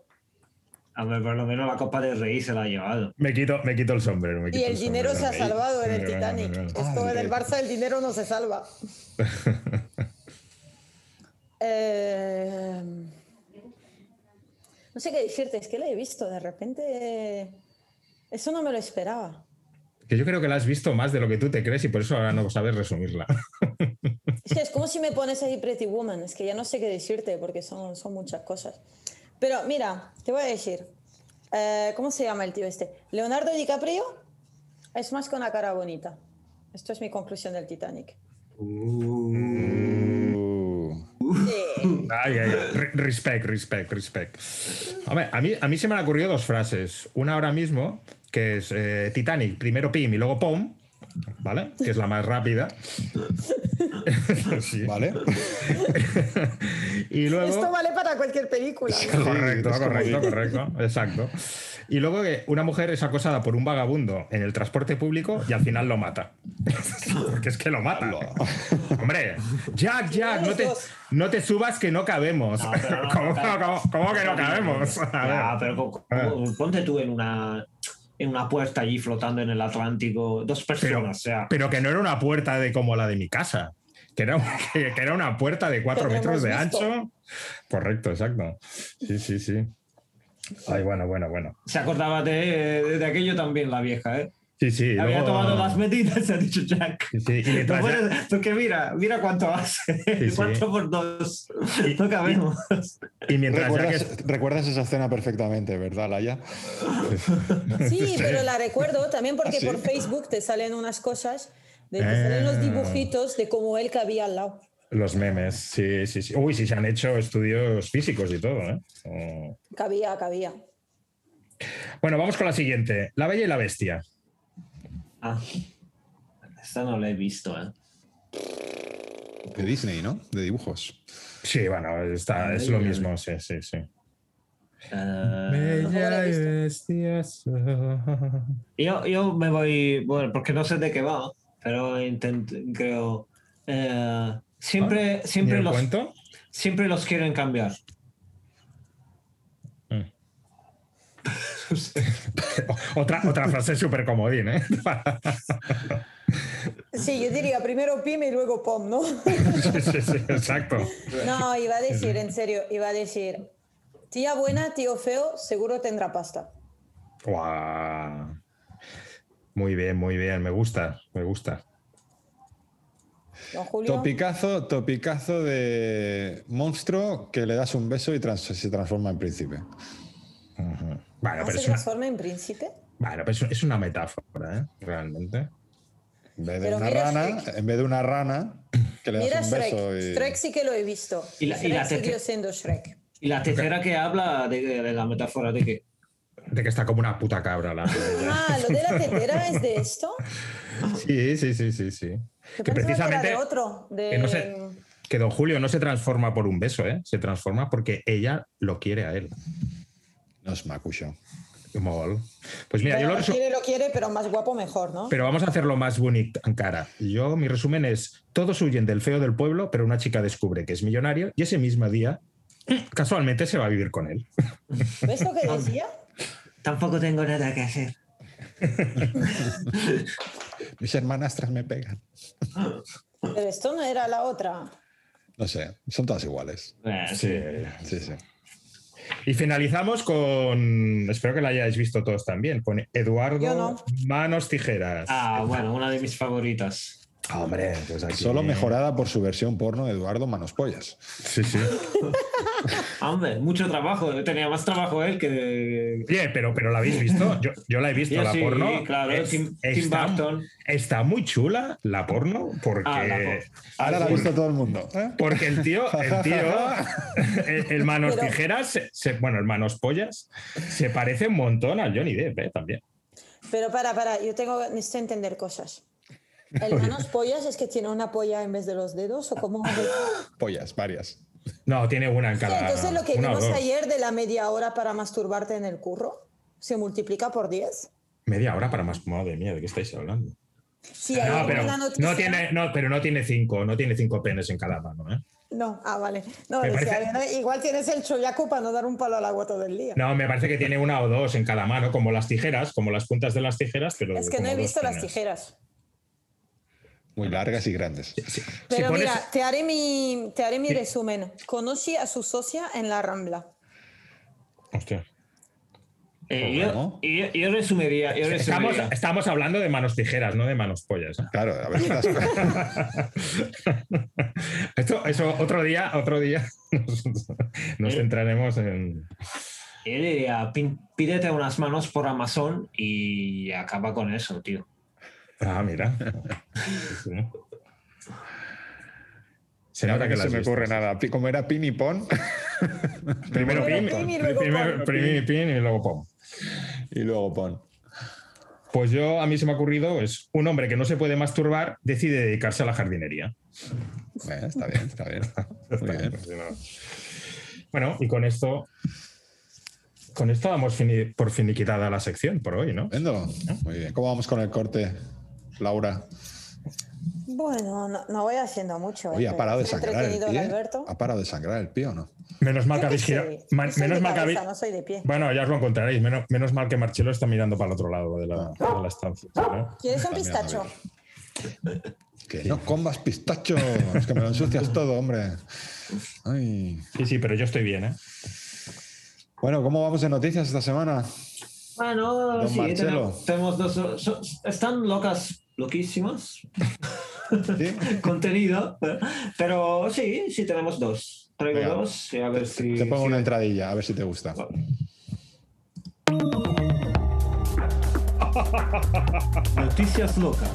Speaker 3: A ver, por lo menos la Copa del Rey se la ha llevado.
Speaker 4: Me quito, me quito el sombrero. me
Speaker 2: Y
Speaker 4: quito
Speaker 2: el dinero se ha
Speaker 4: sombrero.
Speaker 2: salvado en el
Speaker 4: Muy buena, muy
Speaker 2: Titanic.
Speaker 4: buena.
Speaker 2: Esto en el Barça el dinero no se salva. Eh, no sé qué decirte, es que la he visto de repente. eh, Eso no me lo esperaba.
Speaker 4: Que yo creo que la has visto más de lo que tú te crees y por eso ahora no sabes resumirla.
Speaker 2: Es que es como si me pones ahí Pretty Woman, es que ya no sé qué decirte porque son, son muchas cosas. Pero mira, te voy a decir, eh, ¿cómo se llama el tío este? Leonardo DiCaprio es más que una cara bonita. Esto es mi conclusión del Titanic.
Speaker 1: Uh,
Speaker 2: Sí.
Speaker 4: Ay, ay, ay. Re- Respect, respect, respect. Hombre, a mí, a mí se me han ocurrido dos frases. Una ahora mismo, que es eh, Titanic, primero pim y luego pom, ¿vale? Que es la más rápida. Sí.
Speaker 1: ¿Vale?
Speaker 4: Y luego...
Speaker 2: Esto vale para cualquier película. ¿no?
Speaker 4: Correcto,
Speaker 1: es como
Speaker 4: correcto,
Speaker 1: bien.
Speaker 4: correcto. Exacto. Y luego que una mujer es acosada por un vagabundo en el transporte público y al final lo mata. Porque es que lo mata. Hombre, Jack, Jack, no te, no te subas que no cabemos.
Speaker 3: No, pero no,
Speaker 4: ¿Cómo,
Speaker 3: claro.
Speaker 4: cómo- cómo que no cabemos? A ver. Ah.
Speaker 3: Ya, pero co- co- ponte tú en una, en una puerta allí flotando en el Atlántico, dos personas,
Speaker 4: Pero-
Speaker 3: o sea.
Speaker 4: Pero que no era una puerta de como la de mi casa. Que era, que, que era una puerta de cuatro
Speaker 2: Que lo
Speaker 4: metros de
Speaker 2: hemos visto.
Speaker 4: ancho. Correcto, exacto. Sí, sí, sí. Ay, bueno, bueno, bueno.
Speaker 3: Se acordaba de, de aquello también la vieja, ¿eh?
Speaker 4: Sí, sí.
Speaker 3: Había
Speaker 4: luego-
Speaker 3: tomado las medidas, se ha dicho Jack.
Speaker 4: Sí, sí, y
Speaker 3: No
Speaker 4: detrás ya-
Speaker 3: puedes- porque mira, mira cuánto hace.
Speaker 4: Sí, sí.
Speaker 3: Cuatro por dos.
Speaker 4: Y-
Speaker 3: No cabemos.
Speaker 4: Y mientras ya
Speaker 1: ¿Recuerdas,
Speaker 4: que...
Speaker 1: recuerdas esa escena perfectamente, ¿verdad, Laia?
Speaker 2: Sí, pero la recuerdo también porque
Speaker 1: ¿Ah, sí?
Speaker 2: por Facebook te salen unas cosas, de, te
Speaker 4: Ah.
Speaker 2: salen los dibujitos de cómo él cabía al lado.
Speaker 4: Los memes, sí, sí, sí. Uy, sí, se han hecho estudios físicos y todo, ¿eh? Oh.
Speaker 2: Cabía, cabía.
Speaker 4: Bueno, vamos con la siguiente. La Bella y la Bestia.
Speaker 3: Ah, esta no la he visto, ¿eh?
Speaker 1: De Disney, ¿no? De dibujos.
Speaker 4: Sí, bueno, está, es lo mismo, sí, sí, sí.
Speaker 3: Eh,
Speaker 2: Tampoco la
Speaker 4: Bella
Speaker 2: he
Speaker 4: y
Speaker 2: visto.
Speaker 4: Bestia.
Speaker 3: yo, yo me voy, bueno, porque no sé de qué va, pero intento, creo. eh, siempre, siempre,
Speaker 4: ¿Y el
Speaker 3: los,
Speaker 4: cuento?
Speaker 3: siempre los quieren cambiar.
Speaker 4: Otra, otra frase súper comodín, ¿eh?
Speaker 2: Sí, yo diría primero Pim y luego Pom, ¿no?
Speaker 4: sí, sí, sí, exacto.
Speaker 2: No, iba a decir, en serio, iba a decir, tía buena, tío feo, seguro tendrá pasta.
Speaker 4: Guau. Muy bien, muy bien, me gusta, me gusta.
Speaker 2: Don Julio.
Speaker 1: Topicazo, topicazo de monstruo que le das un beso y trans- se transforma en príncipe.
Speaker 4: Ujú. Bueno,
Speaker 2: ¿Ah,
Speaker 4: pero
Speaker 2: se
Speaker 4: es una,
Speaker 2: transforma en príncipe?
Speaker 4: bueno, pero es- es una metáfora, ¿eh? Realmente.
Speaker 1: En vez de
Speaker 2: Pero
Speaker 1: una
Speaker 2: mira
Speaker 1: rana,
Speaker 2: Shrek.
Speaker 1: en vez de una rana que le das
Speaker 2: Mira
Speaker 1: un
Speaker 2: Shrek.
Speaker 1: beso y
Speaker 2: Shrek sí que lo he visto.
Speaker 3: Y la- y la
Speaker 2: Shrek siguió
Speaker 3: tete-
Speaker 2: siendo Shrek.
Speaker 3: Y la tercera que habla de, de la metáfora de que.
Speaker 4: De que está como una puta cabra la
Speaker 2: Ah, lo de la tetera es de esto.
Speaker 4: Sí, sí, sí, sí, sí.
Speaker 2: Yo
Speaker 4: Que
Speaker 2: pensaba
Speaker 4: precisamente
Speaker 2: que era de otro. De...
Speaker 4: que no sé. que don Julio no se transforma por un beso, ¿eh? Se transforma porque ella lo quiere a él.
Speaker 1: no es macucho.
Speaker 4: Molt. Pues mira,
Speaker 2: Bueno,
Speaker 4: yo lo
Speaker 2: lo
Speaker 4: resu-
Speaker 2: quiere, lo quiere, pero más guapo mejor, ¿no?
Speaker 4: Pero vamos a hacerlo más bonito, Ankara. Yo, mi resumen es, todos huyen del feo del pueblo, pero una chica descubre que es millonario y ese mismo día, casualmente, se va a vivir con él.
Speaker 2: ¿Ves lo que decía?
Speaker 3: Tampoco tengo nada que hacer.
Speaker 1: Mis hermanastras me pegan.
Speaker 2: Pero esto no era la otra.
Speaker 1: No sé, son todas iguales.
Speaker 3: Eh, Ah,
Speaker 4: Sí.
Speaker 1: Sí, sí.
Speaker 4: Y finalizamos con, espero que la hayáis visto todos también, con Eduardo
Speaker 2: Yo no.
Speaker 4: Manos Tijeras.
Speaker 3: Ah, bueno, una de mis favoritas.
Speaker 4: Hombre, pues aquí-
Speaker 1: Solo mejorada por su versión porno de Eduardo Manospollas.
Speaker 4: Sí, sí.
Speaker 3: Hombre, mucho trabajo. eh, Tenía más trabajo él que. eh,
Speaker 4: Oye, pero, pero la habéis visto. Yo, yo la he visto,
Speaker 3: Yo
Speaker 4: la
Speaker 3: sí,
Speaker 4: porno.
Speaker 3: claro,
Speaker 4: Es-
Speaker 3: Tim- Tim
Speaker 4: está,
Speaker 3: Burton.
Speaker 4: está muy chula la porno porque.
Speaker 3: Ah, la por-
Speaker 1: Ahora la ha visto todo el mundo. ¿eh?
Speaker 4: Porque el tío, el tío, el, el manos
Speaker 2: Pero-
Speaker 4: tijeras, se- se- bueno, el manos pollas, se parece un montón al Johnny Depp, eh, también.
Speaker 2: Pero para, para, yo tengo, necesito entender cosas. ¿El manos pollas es que tiene una polla en vez de los dedos o cómo?
Speaker 1: Pollas, varias.
Speaker 4: No, tiene una en
Speaker 2: Sí,
Speaker 4: cada.
Speaker 2: Entonces lo que
Speaker 4: una o
Speaker 2: vimos
Speaker 4: dos.
Speaker 2: ayer de la media hora para masturbarte en el curro se multiplica por 10.
Speaker 4: Media hora para más. Madre mía, ¿de qué estáis hablando?
Speaker 2: Sí, ayer
Speaker 4: No,
Speaker 2: vi
Speaker 4: pero
Speaker 2: una
Speaker 4: no,
Speaker 2: noticia-
Speaker 4: tiene, no, pero no tiene cinco, no tiene cinco penes en cada mano, ¿eh?
Speaker 2: No, ah, vale. No,
Speaker 4: Me
Speaker 2: decía,
Speaker 4: parece-
Speaker 2: "Mira, igual tienes el choyacu para no dar un palo al agua todo el día.
Speaker 4: No, me parece que tiene una o dos en cada mano, como las tijeras, como las puntas de las tijeras, pero.
Speaker 2: es que
Speaker 4: como
Speaker 2: no he
Speaker 4: dos
Speaker 2: visto las
Speaker 4: penes.
Speaker 2: tijeras.
Speaker 1: Muy largas y grandes.
Speaker 2: Pero
Speaker 4: pones-
Speaker 2: mira, te haré mi, te haré mi resumen. Conocí a su socia en la Rambla.
Speaker 4: Hostia.
Speaker 3: Eh,
Speaker 1: ¿Cómo?
Speaker 3: yo, yo, yo resumiría. Yo
Speaker 4: Pues Estamos,
Speaker 3: resumiría.
Speaker 4: estamos hablando de manos tijeras, no de manos pollas. ¿eh?
Speaker 1: Claro, a ver, las-
Speaker 4: Esto, eso, otro día, otro día nos, nos centraremos en.
Speaker 3: Yo diría, eh, pin- pídete unas manos por Amazon y acaba con eso, tío.
Speaker 4: Ah, mira. Sí. Se nota
Speaker 1: ahora
Speaker 4: que
Speaker 1: que
Speaker 4: la
Speaker 1: se
Speaker 4: has
Speaker 1: me
Speaker 4: visto.
Speaker 1: ocurre nada. Pi- Como era pin y pon,
Speaker 4: Primero pin,
Speaker 2: Primero pin y luego
Speaker 4: primero
Speaker 2: pon.
Speaker 4: pin y pin y luego pon.
Speaker 1: y luego pon.
Speaker 4: Pues yo, a mí se me ha ocurrido, es un hombre que no se puede masturbar decide dedicarse a la jardinería. pues,
Speaker 1: Bueno, está bien, está bien. Muy bien.
Speaker 4: Bueno, y con esto, con esto damos fini- por finiquitada la sección por hoy, ¿no?
Speaker 1: Estupendo. Muy bien. ¿Cómo vamos con el corte, Laura?
Speaker 2: Bueno, no, no voy haciendo mucho.
Speaker 1: Oye,
Speaker 2: eh,
Speaker 1: ha parado de
Speaker 2: se ha
Speaker 1: sangrar el
Speaker 2: entretenido el
Speaker 1: pie.
Speaker 2: Alberto.
Speaker 1: ¿Ha parado de sangrar el pie o no?
Speaker 4: Menos
Speaker 2: Yo
Speaker 4: mal que
Speaker 2: qué
Speaker 4: habéis
Speaker 2: sé,
Speaker 4: girado-
Speaker 2: yo
Speaker 4: man-
Speaker 2: soy
Speaker 4: Menos
Speaker 2: de
Speaker 4: mal que
Speaker 2: cabeza,
Speaker 4: habéis-
Speaker 2: No soy de pie.
Speaker 4: Bueno, ya os lo encontraréis. Menos, menos mal que Marcelo está mirando para el otro lado de la,
Speaker 1: Ah.
Speaker 4: de la estancia. ¿no?
Speaker 2: ¿Quieres un
Speaker 1: También,
Speaker 2: pistacho?
Speaker 1: Que no comas pistachos, que me lo ensucias todo, hombre. Ay.
Speaker 4: Sí, sí, pero yo estoy bien, ¿eh?
Speaker 1: Bueno, ¿cómo vamos en noticias esta semana?
Speaker 3: Bueno,
Speaker 1: Don
Speaker 3: Ah, sí,
Speaker 1: Marcelo.
Speaker 3: tenemos, tenemos dos. so- están locas, loquísimas.
Speaker 1: ¿Sí?
Speaker 3: contenido, pero sí, sí tenemos dos. Traigo
Speaker 1: Venga.
Speaker 3: dos y a ver si.
Speaker 1: Te pongo
Speaker 3: si-
Speaker 1: una entradilla, a ver si te gusta.
Speaker 3: Noticias locas.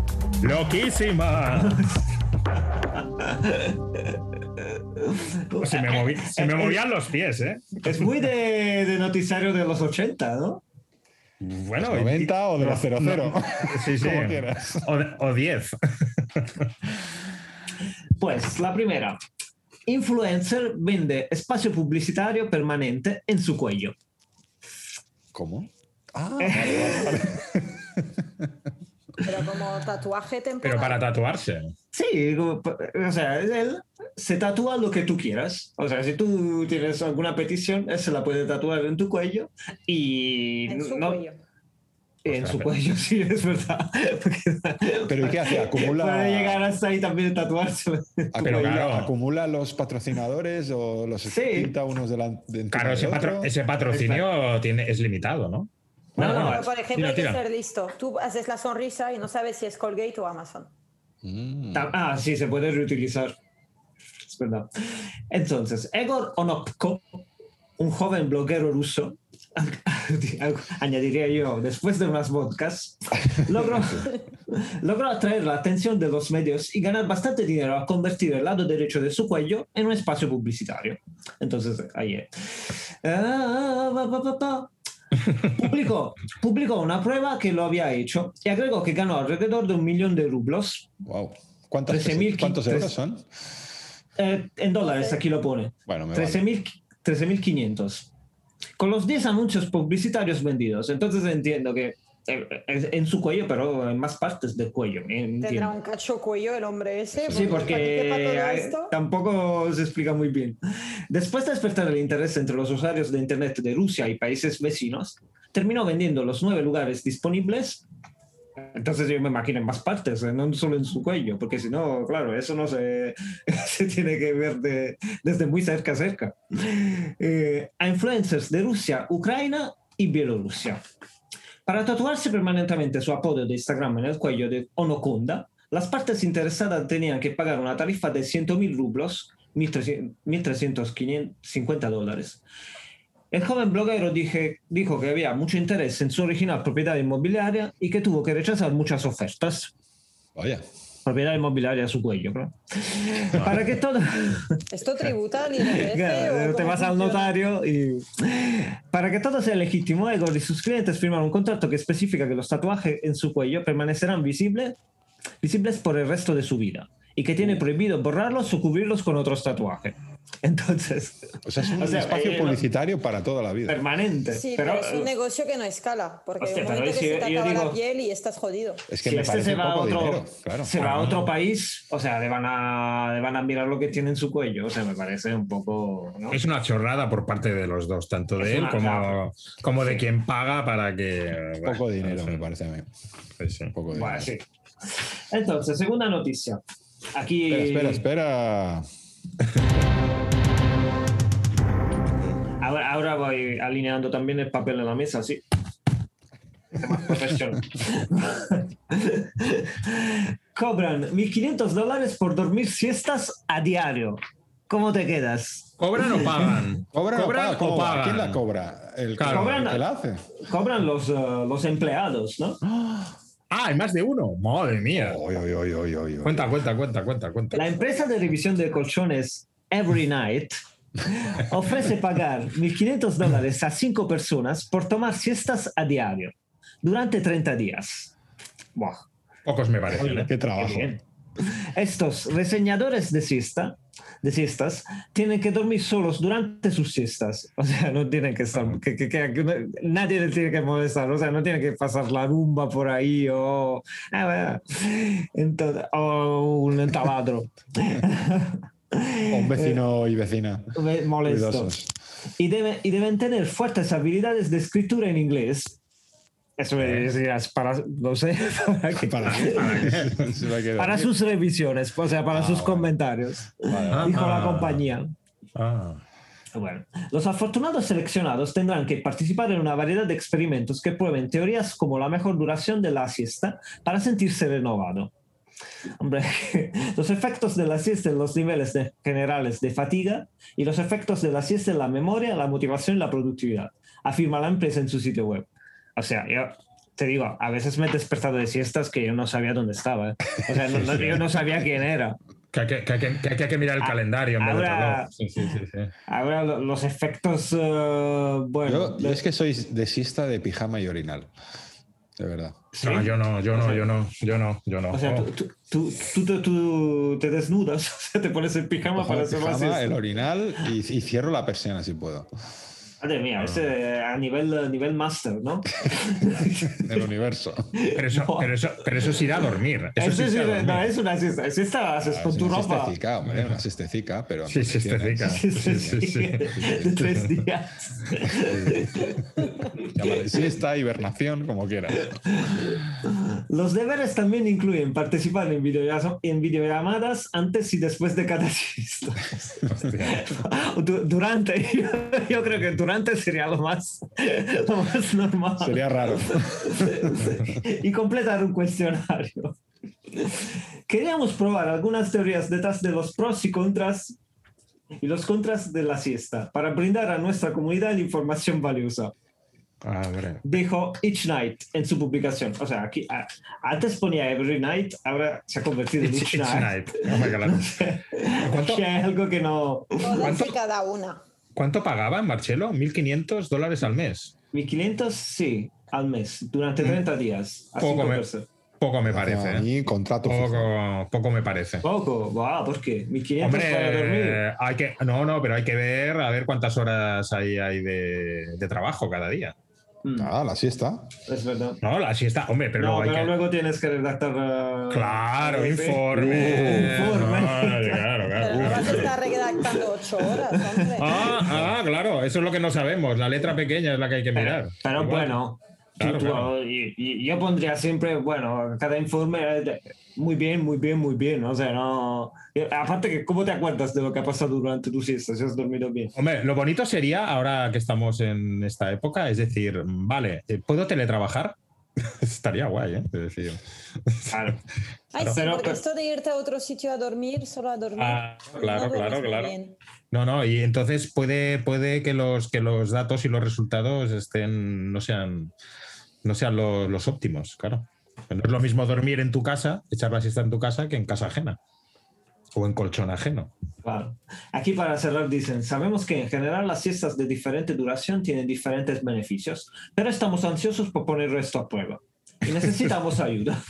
Speaker 4: ¡Loquísima! Se Pues me, movi- se me movían los pies, ¿eh?
Speaker 3: Es muy de, de noticiario de los 80, ¿no?
Speaker 4: Bueno, y-
Speaker 1: 90 o de los 00.
Speaker 4: sí, sí.
Speaker 1: Como quieras.
Speaker 4: O de- O 10.
Speaker 3: Pues la primera. Influencer vende espacio publicitario permanente en su cuello.
Speaker 1: ¿Cómo? Ah, vale, vale, vale.
Speaker 2: Pero como tatuaje temporal.
Speaker 4: Pero para tatuarse.
Speaker 3: Sí, como pa- o sea, él se tatúa lo que tú quieras. O sea, si tú tienes alguna petición, él se la puede tatuar en tu cuello y
Speaker 2: En su
Speaker 3: no-
Speaker 2: cuello.
Speaker 3: En
Speaker 4: O sea,
Speaker 3: su
Speaker 4: pero-
Speaker 3: cuello, sí, es verdad. Porque-
Speaker 1: Pero ¿y qué hace? Acumula-
Speaker 3: Puede llegar hasta ahí también tatuarse.
Speaker 1: Acumula,
Speaker 4: Ah, claro.
Speaker 1: acumula los patrocinadores o los
Speaker 3: Sí.
Speaker 1: pinta unos delante de
Speaker 4: Claro, ese, patro- ese patrocinio tiene, es limitado, ¿no?
Speaker 3: No, no,
Speaker 2: Pero, por ejemplo,
Speaker 4: tira,
Speaker 2: hay que
Speaker 4: tira.
Speaker 2: ser listo. Tú haces la sonrisa y no sabes si es Colgate o Amazon.
Speaker 3: Ta- Ah, sí, se puede reutilizar. Es verdad. Entonces, Egor Onopko, un joven bloguero ruso, añadiría yo, después de unas vodkas, logró, logró atraer la atención de los medios y ganar bastante dinero al convertir el lado derecho de su cuello en un espacio publicitario. Entonces, ahí es. Ah, pa, pa, pa, pa. Publicó, publicó una prueba que lo había hecho y agregó que ganó alrededor de un millón de rublos
Speaker 1: Wow. ¿Cuántas
Speaker 3: 13.000
Speaker 1: ¿Cuántos
Speaker 3: quin-
Speaker 1: euros son?
Speaker 3: Eh, en dólares, aquí lo pone.
Speaker 1: Bueno, me vale.
Speaker 3: 13.000 13.500. Con los 10 anuncios publicitarios vendidos. Entonces entiendo que eh, es en su cuello, pero en más partes del cuello. entiendo.
Speaker 2: Tendrá un cacho cuello el hombre ese.
Speaker 3: Sí, porque
Speaker 2: ¿para qué para todo
Speaker 3: eh,
Speaker 2: esto?
Speaker 3: tampoco se explica muy bien. Después de despertar el interés entre los usuarios de Internet de Rusia y países vecinos, terminó vendiendo los nueve lugares disponibles. Entonces yo me imagino en más partes, eh, no solo en su cuello, porque si no, claro, eso no se, se tiene que ver de- desde muy cerca a cerca. Eh, a influencers de Rusia, Ucrania y Bielorrusia. Para tatuarse permanentemente su apodo de Instagram en el cuello de Onokonda, Las partes interesadas tenían que pagar una tarifa de 100.000 rublos, 1.350 dólares. El joven bloguero dije- dijo que había mucho interés en su original propiedad inmobiliaria y que tuvo que rechazar muchas ofertas.
Speaker 1: Vaya.
Speaker 3: Propiedad inmobiliaria a su cuello, claro. Para que todo...
Speaker 2: Esto tributa al IRPF.
Speaker 3: Claro,
Speaker 2: o
Speaker 3: te
Speaker 2: cómo
Speaker 3: vas al
Speaker 2: funciona?
Speaker 3: notario y para que todo sea legítimo, Egor y sus clientes firman un contrato que especifica que los tatuajes en su cuello permanecerán visibles, visibles por el resto de su vida y que tiene prohibido borrarlos o cubrirlos con otros tatuajes. Entonces,
Speaker 1: O sea, es un
Speaker 3: O sea,
Speaker 1: espacio
Speaker 3: eh,
Speaker 1: publicitario para toda la vida.
Speaker 3: permanente.
Speaker 2: Sí, pero,
Speaker 3: pero, eh,
Speaker 2: es un negocio que no escala, porque hay
Speaker 3: hostia,
Speaker 2: un
Speaker 3: pero
Speaker 2: momento que
Speaker 3: si
Speaker 2: se te
Speaker 3: yo
Speaker 2: acaba la
Speaker 3: digo-
Speaker 2: piel y estás jodido.
Speaker 1: Es que
Speaker 3: si
Speaker 1: me
Speaker 3: este
Speaker 1: parece
Speaker 3: se va, a
Speaker 1: poco
Speaker 3: otro,
Speaker 1: dinero, claro.
Speaker 3: se va a otro país, o sea, le van a, le van a mirar lo que tiene en su cuello. O sea, me parece un poco. ¿no?
Speaker 4: Es una chorrada por parte de los dos, tanto
Speaker 3: Es
Speaker 4: de él
Speaker 3: una chorrada.
Speaker 4: como, como de quien paga para que.
Speaker 1: Poco
Speaker 4: bueno,
Speaker 1: dinero,
Speaker 4: sí,
Speaker 1: me parece a mí.
Speaker 4: sí, sí.
Speaker 1: Poco dinero.
Speaker 3: Bueno, sí. Entonces, segunda noticia. Aquí.
Speaker 1: Espera, espera, espera.
Speaker 3: Ahora, ahora voy alineando también el papel en la mesa, sí. Más profesional. Cobran 1.500 dólares por dormir siestas a diario. ¿Cómo te quedas?
Speaker 4: ¿Cobran o pagan?
Speaker 1: ¿Cobra o
Speaker 4: ¿Cobran
Speaker 1: paga? ¿Cómo va? ¿Quién la cobra? ¿El, que-
Speaker 4: Claro.
Speaker 1: el que la hace?
Speaker 3: Cobran los, eh, los empleados, ¿no?
Speaker 4: Ah, hay más de uno. Madre mía.
Speaker 1: Oy, oy, oy, oy, oy, oy.
Speaker 4: Cuenta, cuenta, cuenta, cuenta, cuenta.
Speaker 3: La empresa de revisión de colchones Every Night ofrece pagar 1.500 dólares a cinco personas por tomar siestas a diario durante 30 días. Buah.
Speaker 4: Pocos me parecen. ¿eh?
Speaker 1: Qué trabajo.
Speaker 3: Bien. Estos reseñadores de, siesta, de siestas tienen que dormir solos durante sus siestas. O sea, no tienen que estar. Que, que- que- que- nadie les tiene que molestar. O sea, no tienen que pasar la rumba por ahí o. ah, bueno. Entonces, o un taladro.
Speaker 1: O un vecino y vecina.
Speaker 3: Me molesto.
Speaker 1: Cuidadosos.
Speaker 3: Y, debe- y deben tener fuertes habilidades de escritura en inglés. Eso es, es para. No sé. ¿para qué?
Speaker 1: Para, Se va a quedar.
Speaker 3: Para sus revisiones, o sea, para
Speaker 1: Ah,
Speaker 3: sus
Speaker 1: vale.
Speaker 3: comentarios,
Speaker 1: Vale.
Speaker 3: dijo la
Speaker 4: Ah.
Speaker 3: compañía.
Speaker 4: Ah.
Speaker 3: Bueno, los afortunados seleccionados tendrán que participar en una variedad de experimentos que prueben teorías como la mejor duración de la siesta para sentirse renovado. Hombre, los efectos de la siesta en los niveles de- generales de fatiga y los efectos de la siesta en la memoria, la motivación y la productividad, afirma la empresa en su sitio web. O sea, yo te digo, a veces me he despertado de siestas que yo no sabía dónde estaba. ¿eh? O sea, no- no- yo no sabía quién era.
Speaker 4: Que hay que, que hay que- que hay que mirar el
Speaker 3: Ah,
Speaker 4: calendario. en vez de
Speaker 3: ahora-
Speaker 4: reloj. Sí, sí, sí, sí.
Speaker 3: Ahora Ah, lo- los efectos, eh, bueno,
Speaker 1: Yo, yo
Speaker 3: de-
Speaker 1: es que soy de siesta de pijama y orinal. De verdad.
Speaker 3: ¿sí?
Speaker 4: No, yo no, yo
Speaker 3: O
Speaker 4: no,
Speaker 3: sea-
Speaker 4: yo no, yo no, yo no.
Speaker 3: O sea,
Speaker 4: Oh.
Speaker 3: tú, tú, tú, tú te- tú te desnudas, o sea, te pones el pijama
Speaker 1: Cojo
Speaker 3: para
Speaker 1: el
Speaker 3: hacer la
Speaker 1: pijama, el
Speaker 3: siesta.
Speaker 1: orinal y, y cierro la persiana si puedo.
Speaker 3: Madre mía, ese a nivel, a nivel máster, ¿no?
Speaker 1: El universo.
Speaker 4: Oh, Pero eso,
Speaker 3: No.
Speaker 4: pero, eso, pero eso es ir a dormir. Eso sí
Speaker 3: Ese
Speaker 4: es
Speaker 3: sí
Speaker 4: ir a
Speaker 3: es-
Speaker 4: dormir.
Speaker 3: no, es una siesta, siesta la haces con tu
Speaker 1: una
Speaker 3: ropa.
Speaker 1: siestecica, hombre, una siestecica, pero.
Speaker 4: Sí, sí, está rica. Sí, sí, sí, sí.
Speaker 3: De tres días.
Speaker 1: Llámale siesta, hibernación, como quieras.
Speaker 3: Los deberes también incluyen participar en, videolla- en videollamadas antes y después de cada siesta. Du- Durante, yo, yo creo que durante sería lo más, lo más normal.
Speaker 1: Sería raro.
Speaker 3: y completar un cuestionario. Queríamos probar algunas teorías detrás de los pros y contras y los contras de la siesta para brindar a nuestra comunidad información valiosa,
Speaker 4: Ah, hombre.
Speaker 3: dijo Each Night en su publicación. O sea, aquí a- antes ponía Every Night, ahora se ha convertido en
Speaker 4: It's,
Speaker 3: Each,
Speaker 4: it's
Speaker 3: Night.
Speaker 4: night. Oh my God. ¿Cuánto,
Speaker 3: Que hay algo que no...
Speaker 2: Todas y
Speaker 4: ¿Cuánto?
Speaker 2: cada una.
Speaker 3: Ah,
Speaker 4: ¿Cuánto pagaban, Marcelo? 1.500 dólares al mes.
Speaker 3: 1500, sí, al mes, durante 30 días. a
Speaker 4: Mm. Poco
Speaker 3: cinco
Speaker 4: me,
Speaker 3: personas.
Speaker 4: poco me
Speaker 1: A
Speaker 4: parece. ¿eh?
Speaker 1: mí, contrato. fijo.
Speaker 4: Poco, poco me parece.
Speaker 3: Poco, wow, ¿por qué? 1500 para dormir.
Speaker 4: Hombre, hay que, no, no, pero hay que ver a ver cuántas horas hay, hay de, de trabajo cada día.
Speaker 3: Mm,
Speaker 1: Ah, la siesta.
Speaker 3: es verdad.
Speaker 4: No, la siesta, hombre, pero
Speaker 3: no,
Speaker 4: luego hay
Speaker 3: pero
Speaker 4: que.
Speaker 3: luego tienes que redactar. eh,
Speaker 4: Claro,
Speaker 3: el RP.
Speaker 4: informe.
Speaker 3: Uh, Informe.
Speaker 4: No, claro,
Speaker 2: Pero
Speaker 4: claro.
Speaker 2: no vas a
Speaker 4: claro.
Speaker 2: estar redactando ocho horas, hombre.
Speaker 4: Ah, ah, claro, eso es lo que no sabemos. La letra pequeña es la que hay que mirar.
Speaker 3: Pero, pero
Speaker 4: Igual.
Speaker 3: bueno, tú-
Speaker 4: Claro,
Speaker 3: tú-
Speaker 4: claro.
Speaker 3: y- y- yo pondría siempre, bueno, cada informe eh, de- muy bien, muy bien, muy bien. O sea, no. eh, Aparte, que ¿cómo te acuerdas de lo que ha pasado durante tu siesta si has dormido bien?
Speaker 4: Hombre, lo bonito sería, ahora que estamos en esta época, es decir, vale, eh, ¿puedo teletrabajar? Estaría guay, ¿eh? Es decir,
Speaker 3: Claro.
Speaker 2: Ay, sí,
Speaker 3: Pero-
Speaker 2: porque esto de irte a otro sitio a dormir, solo a dormir.
Speaker 4: Ah, claro,
Speaker 2: no duermes
Speaker 4: claro,
Speaker 2: muy
Speaker 4: claro.
Speaker 2: bien.
Speaker 4: No, no, y entonces puede, puede que, los, que los datos y los resultados estén, no sean, no sean lo- los óptimos, claro. No es lo mismo dormir en tu casa, echar la siesta en tu casa que en casa ajena o en colchón ajeno.
Speaker 3: Claro. Aquí para cerrar dicen, sabemos que en general las siestas de diferente duración tienen diferentes beneficios, pero estamos ansiosos por poner esto a prueba. Y necesitamos ayuda.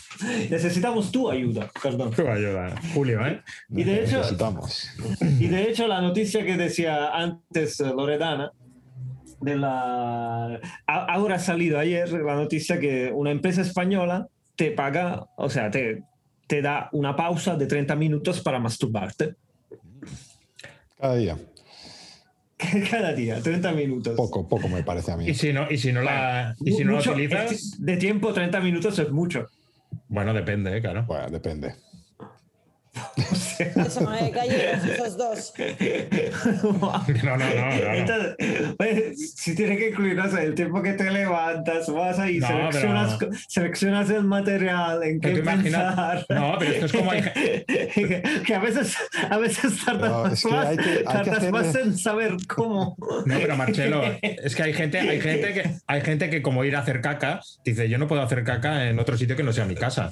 Speaker 3: necesitamos tu ayuda, perdón.
Speaker 4: Te va a ayudar, Julio, ¿eh?
Speaker 3: Y de hecho,
Speaker 1: Necesitamos.
Speaker 3: y de hecho la noticia que decía antes eh, Loredana, de la... a- ahora ha salido ayer la noticia que una empresa española te paga, o sea, te, te da una pausa de 30 minutos para masturbarte.
Speaker 1: Cada día.
Speaker 3: Cada día, 30 minutos.
Speaker 1: Poco, poco me parece a mí.
Speaker 4: Y si no, y si no la, y si no la
Speaker 3: Mucho-
Speaker 4: utilizas,
Speaker 3: es- de tiempo, 30 minutos es mucho.
Speaker 4: bueno, depende, ¿eh? claro.
Speaker 1: Bueno, depende.
Speaker 3: O sea,
Speaker 2: Eso me cayeron esos dos.
Speaker 4: No, no, no, no, no.
Speaker 3: Entonces, pues, si tienes que incluir no sé, el tiempo que te levantas, vas ahí,
Speaker 4: No,
Speaker 3: seleccionas,
Speaker 4: pero-
Speaker 3: seleccionas el material, en qué
Speaker 4: Pero tú imagina-
Speaker 3: pensar.
Speaker 4: No, pero esto es como hay-
Speaker 3: que a veces, a veces tardas
Speaker 1: No,
Speaker 3: más,
Speaker 1: es que hay que- hay que
Speaker 3: tardas
Speaker 1: hacerle-
Speaker 3: más en saber cómo.
Speaker 4: No, pero Marcelo, es que hay gente, hay gente que hay gente que como ir a hacer caca, dice, yo no puedo hacer caca en otro sitio que no sea mi casa.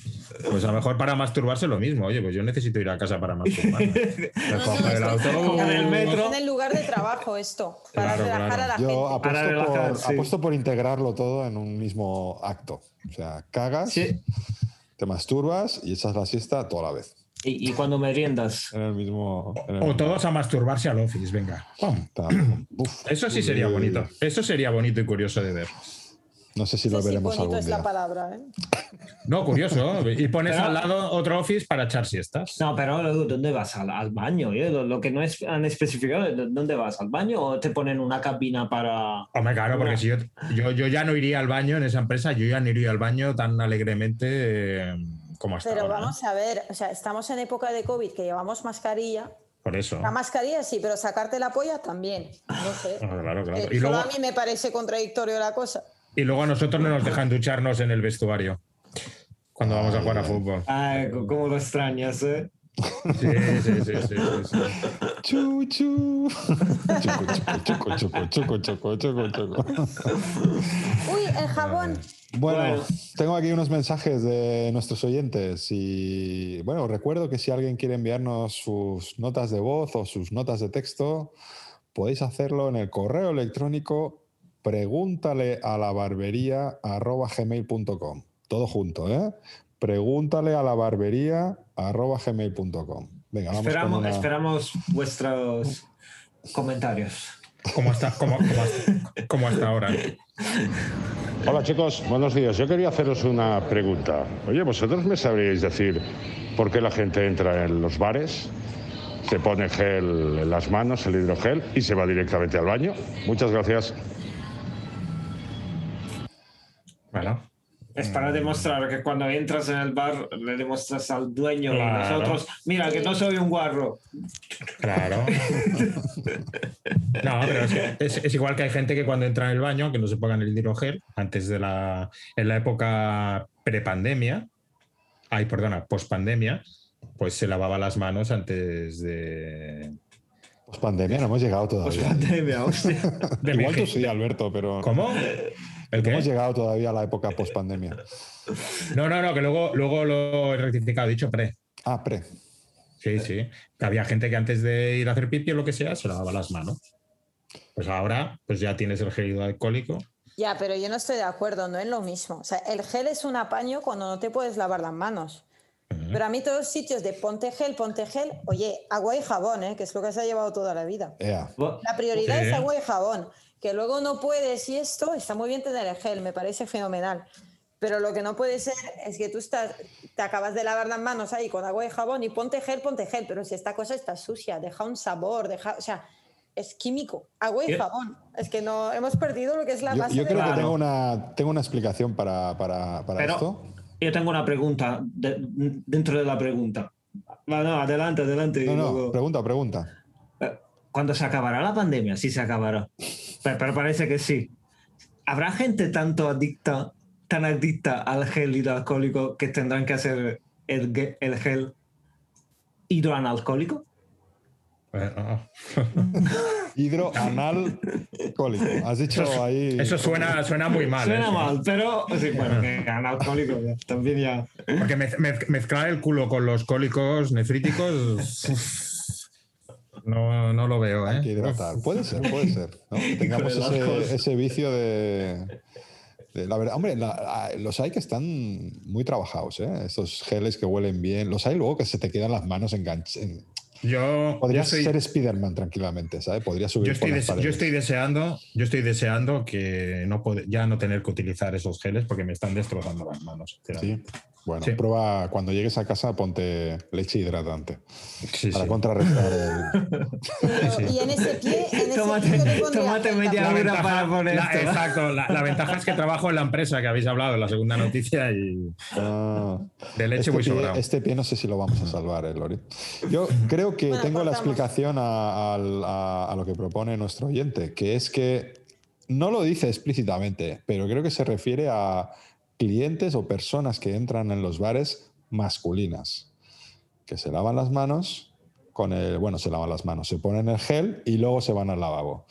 Speaker 4: Pues a lo mejor para masturbarse lo mismo. Oye, pues yo necesito ir a casa para masturbarme. Me
Speaker 2: No, no,
Speaker 4: cojo el
Speaker 2: esto está
Speaker 4: autobús.
Speaker 2: como
Speaker 3: en el metro.
Speaker 2: En el lugar de trabajo, esto. Para
Speaker 4: Claro,
Speaker 2: relajar
Speaker 4: claro.
Speaker 2: a la
Speaker 1: Yo
Speaker 2: gente. Ah,
Speaker 1: apuesto,
Speaker 3: Para relajar,
Speaker 1: por,
Speaker 3: sí.
Speaker 1: apuesto por integrarlo todo en un mismo acto. O sea, cagas,
Speaker 3: Sí.
Speaker 1: te masturbas y echas la siesta toda la vez.
Speaker 3: Y, y cuando meriendas.
Speaker 1: En el mismo. en el
Speaker 4: O
Speaker 1: mismo-
Speaker 4: todos a masturbarse al office, venga. Pum.
Speaker 1: Tal. Uf,
Speaker 4: Eso sí
Speaker 1: uy,
Speaker 4: sería
Speaker 1: uy, uy.
Speaker 4: bonito. Eso sería bonito y curioso de ver.
Speaker 1: No sé si
Speaker 2: No
Speaker 1: lo
Speaker 2: sé si
Speaker 1: veremos
Speaker 2: bonito
Speaker 1: algún
Speaker 2: es
Speaker 1: día.
Speaker 2: la palabra. ¿eh?
Speaker 4: No, curioso. Y pones
Speaker 3: Pero-
Speaker 4: al lado otro office para echar siestas.
Speaker 3: No, pero luego, ¿dónde vas? Al, al baño. ¿eh? Lo, lo que no es- han especificado, es ¿dónde vas? ¿Al baño o te ponen una cabina para...?
Speaker 4: Hombre, claro, porque si yo, yo, yo ya no iría al baño en esa empresa, yo ya no iría al baño tan alegremente eh, como hasta
Speaker 2: Pero
Speaker 4: ahora. ¿eh?
Speaker 2: vamos a ver, o sea, estamos en época de COVID que llevamos mascarilla.
Speaker 4: Por eso.
Speaker 2: La mascarilla sí, pero sacarte la polla también. No sé.
Speaker 4: Ah, claro, claro.
Speaker 2: Eh,
Speaker 4: Y
Speaker 2: solo
Speaker 4: luego-
Speaker 2: a mí me parece contradictorio la cosa.
Speaker 4: Y luego a nosotros no nos dejan ducharnos en el vestuario cuando vamos a jugar a fútbol.
Speaker 3: Ay, co- cómo lo extrañas, ¿eh?
Speaker 4: Sí, sí, sí, sí, sí, sí.
Speaker 1: Chu, chu. Chucu, chucu, chucu, chucu, chucu, chucu, chucu.
Speaker 2: Uy, el jabón.
Speaker 1: Bueno,
Speaker 3: Bueno.
Speaker 1: tengo aquí unos mensajes de nuestros oyentes y bueno, os recuerdo que si alguien quiere enviarnos sus notas de voz o sus notas de texto, podéis hacerlo en el correo electrónico pregúntale a la barbería arroba gmail.com. Todo junto, ¿eh? Pregúntale a la barbería arroba gmail.com. Venga, vamos
Speaker 3: Esperamos,
Speaker 1: con una-
Speaker 3: esperamos vuestros comentarios.
Speaker 4: Como hasta, como, como hasta, como hasta ahora.
Speaker 7: Hola chicos, buenos días. Yo quería haceros una pregunta. Oye, ¿vosotros me sabríais decir por qué la gente entra en los bares, se pone gel en las manos, el hidrogel, y se va directamente al baño? Muchas gracias.
Speaker 4: Bueno,
Speaker 3: Es para
Speaker 1: Mm.
Speaker 3: demostrar que cuando entras en el bar le demuestras al dueño y a
Speaker 4: Claro.
Speaker 3: nosotros, mira, que no soy un guarro.
Speaker 4: claro. No, pero es, que es- es igual que hay gente que cuando entra en el baño, que no se pongan el hidrogel, antes de la. en la época prepandemia, ay, perdona, pospandemia, pues se lavaba las manos antes de.
Speaker 1: Pues pandemia, no hemos llegado
Speaker 3: Pues
Speaker 1: todavía.
Speaker 3: pandemia, hostia.
Speaker 4: de
Speaker 1: Igual tú
Speaker 4: virgen.
Speaker 1: sí, Alberto, pero
Speaker 4: ¿Cómo? ¿El
Speaker 1: no
Speaker 4: qué?
Speaker 1: hemos llegado todavía a la época post pandemia.
Speaker 4: No, no, no, que luego, luego lo he rectificado, he dicho pre.
Speaker 1: Ah, pre.
Speaker 4: Sí, sí. Que había gente que antes de ir a hacer pipi o lo que sea, se lavaba las manos. Pues ahora, pues ya tienes el gel alcohólico.
Speaker 2: Ya, pero yo no estoy de acuerdo, no es lo mismo. O sea, el gel es un apaño cuando no te puedes lavar las manos. Pero a mí todos los sitios de ponte gel, ponte gel, oye, agua y jabón, ¿eh? que es lo que se ha llevado toda la vida.
Speaker 1: Ea.
Speaker 2: La prioridad
Speaker 4: Sí.
Speaker 2: es agua y jabón, que luego no puedes y esto, está muy bien tener el gel, me parece fenomenal. Pero lo que no puede ser es que tú estás, te acabas de lavar las manos ahí con agua y jabón y ponte gel, ponte gel, pero si esta cosa está sucia, deja un sabor, deja, o sea, es químico, agua y
Speaker 4: Yo-
Speaker 2: jabón. Es que no hemos perdido lo que es la
Speaker 1: Yo,
Speaker 2: base
Speaker 1: yo
Speaker 2: de
Speaker 1: creo
Speaker 2: la-
Speaker 1: que
Speaker 3: Claro.
Speaker 1: tengo una, tengo una explicación para, para, para esto.
Speaker 3: Pero yo tengo una pregunta de- dentro de la pregunta. No, no, adelante, adelante. y
Speaker 1: No, no,
Speaker 3: luego-
Speaker 1: pregunta, pregunta.
Speaker 3: cuando se acabará la pandemia, sí se acabará. Pe- Pero, parece que sí. ¿Habrá gente tanto adicta, tan adicta al gel hidroalcohólico que tendrán que hacer el, ge- el gel hidroanalcohólico?
Speaker 4: Bueno,
Speaker 1: Hidroanal cólico. Has dicho
Speaker 4: Eso es-
Speaker 1: ahí.
Speaker 4: Eso suena, suena muy mal.
Speaker 3: Suena
Speaker 4: ¿eh?
Speaker 3: mal, pero sí, bueno, que analcohólico ya, también ya.
Speaker 4: Porque mez- mez- mezclar el culo con los cólicos nefríticos. uf, no, no lo veo,
Speaker 1: Hay que
Speaker 4: ¿eh?
Speaker 1: hidratar. Puede ser, puede ser. ¿no? Que tengamos
Speaker 3: Con el alcohol.
Speaker 1: ese, ese vicio de, de- La verdad, hombre, la- la- los hay que están muy trabajados, ¿eh? Estos geles que huelen bien. Los hay luego que se te quedan las manos enganchadas.
Speaker 4: Yo, yo
Speaker 1: Podrías
Speaker 4: estoy,
Speaker 1: ser Spiderman tranquilamente, ¿sabes? Podría subir
Speaker 4: yo, estoy
Speaker 1: por
Speaker 4: des-
Speaker 1: las
Speaker 4: yo
Speaker 1: paredes.
Speaker 4: estoy deseando, yo estoy deseando que no pod- ya no tener que utilizar esos geles porque me están destrozando las manos.
Speaker 1: Sí.
Speaker 4: sinceramente.
Speaker 1: Bueno,
Speaker 4: Sí.
Speaker 1: prueba cuando llegues a casa, ponte leche hidratante
Speaker 4: Sí,
Speaker 1: para
Speaker 4: sí.
Speaker 1: contrarrestar el.
Speaker 4: sí.
Speaker 2: Y en ese pie, en ese
Speaker 3: Tómate-
Speaker 2: pie yo le pondría
Speaker 3: tómate
Speaker 2: gel
Speaker 3: media
Speaker 4: La
Speaker 2: también.
Speaker 3: hora. para poner
Speaker 4: la-
Speaker 3: esto, ¿no?
Speaker 4: exacto, la, la ventaja es que trabajo en la empresa que habéis hablado en la segunda noticia y
Speaker 1: Ah.
Speaker 4: de leche
Speaker 1: Este
Speaker 4: voy
Speaker 1: pie,
Speaker 4: sobrado.
Speaker 1: este pie no sé si lo vamos a salvar, eh, Lori. Yo creo que
Speaker 2: Bueno,
Speaker 1: tengo la
Speaker 2: cortamos.
Speaker 1: explicación a, al- a- a lo que propone nuestro oyente, que es que no lo dice explícitamente, pero creo que se refiere a clientes o personas que entran en los bares masculinas, que se lavan las manos con el, bueno, se lavan las manos, se ponen el gel y luego se van al lavabo.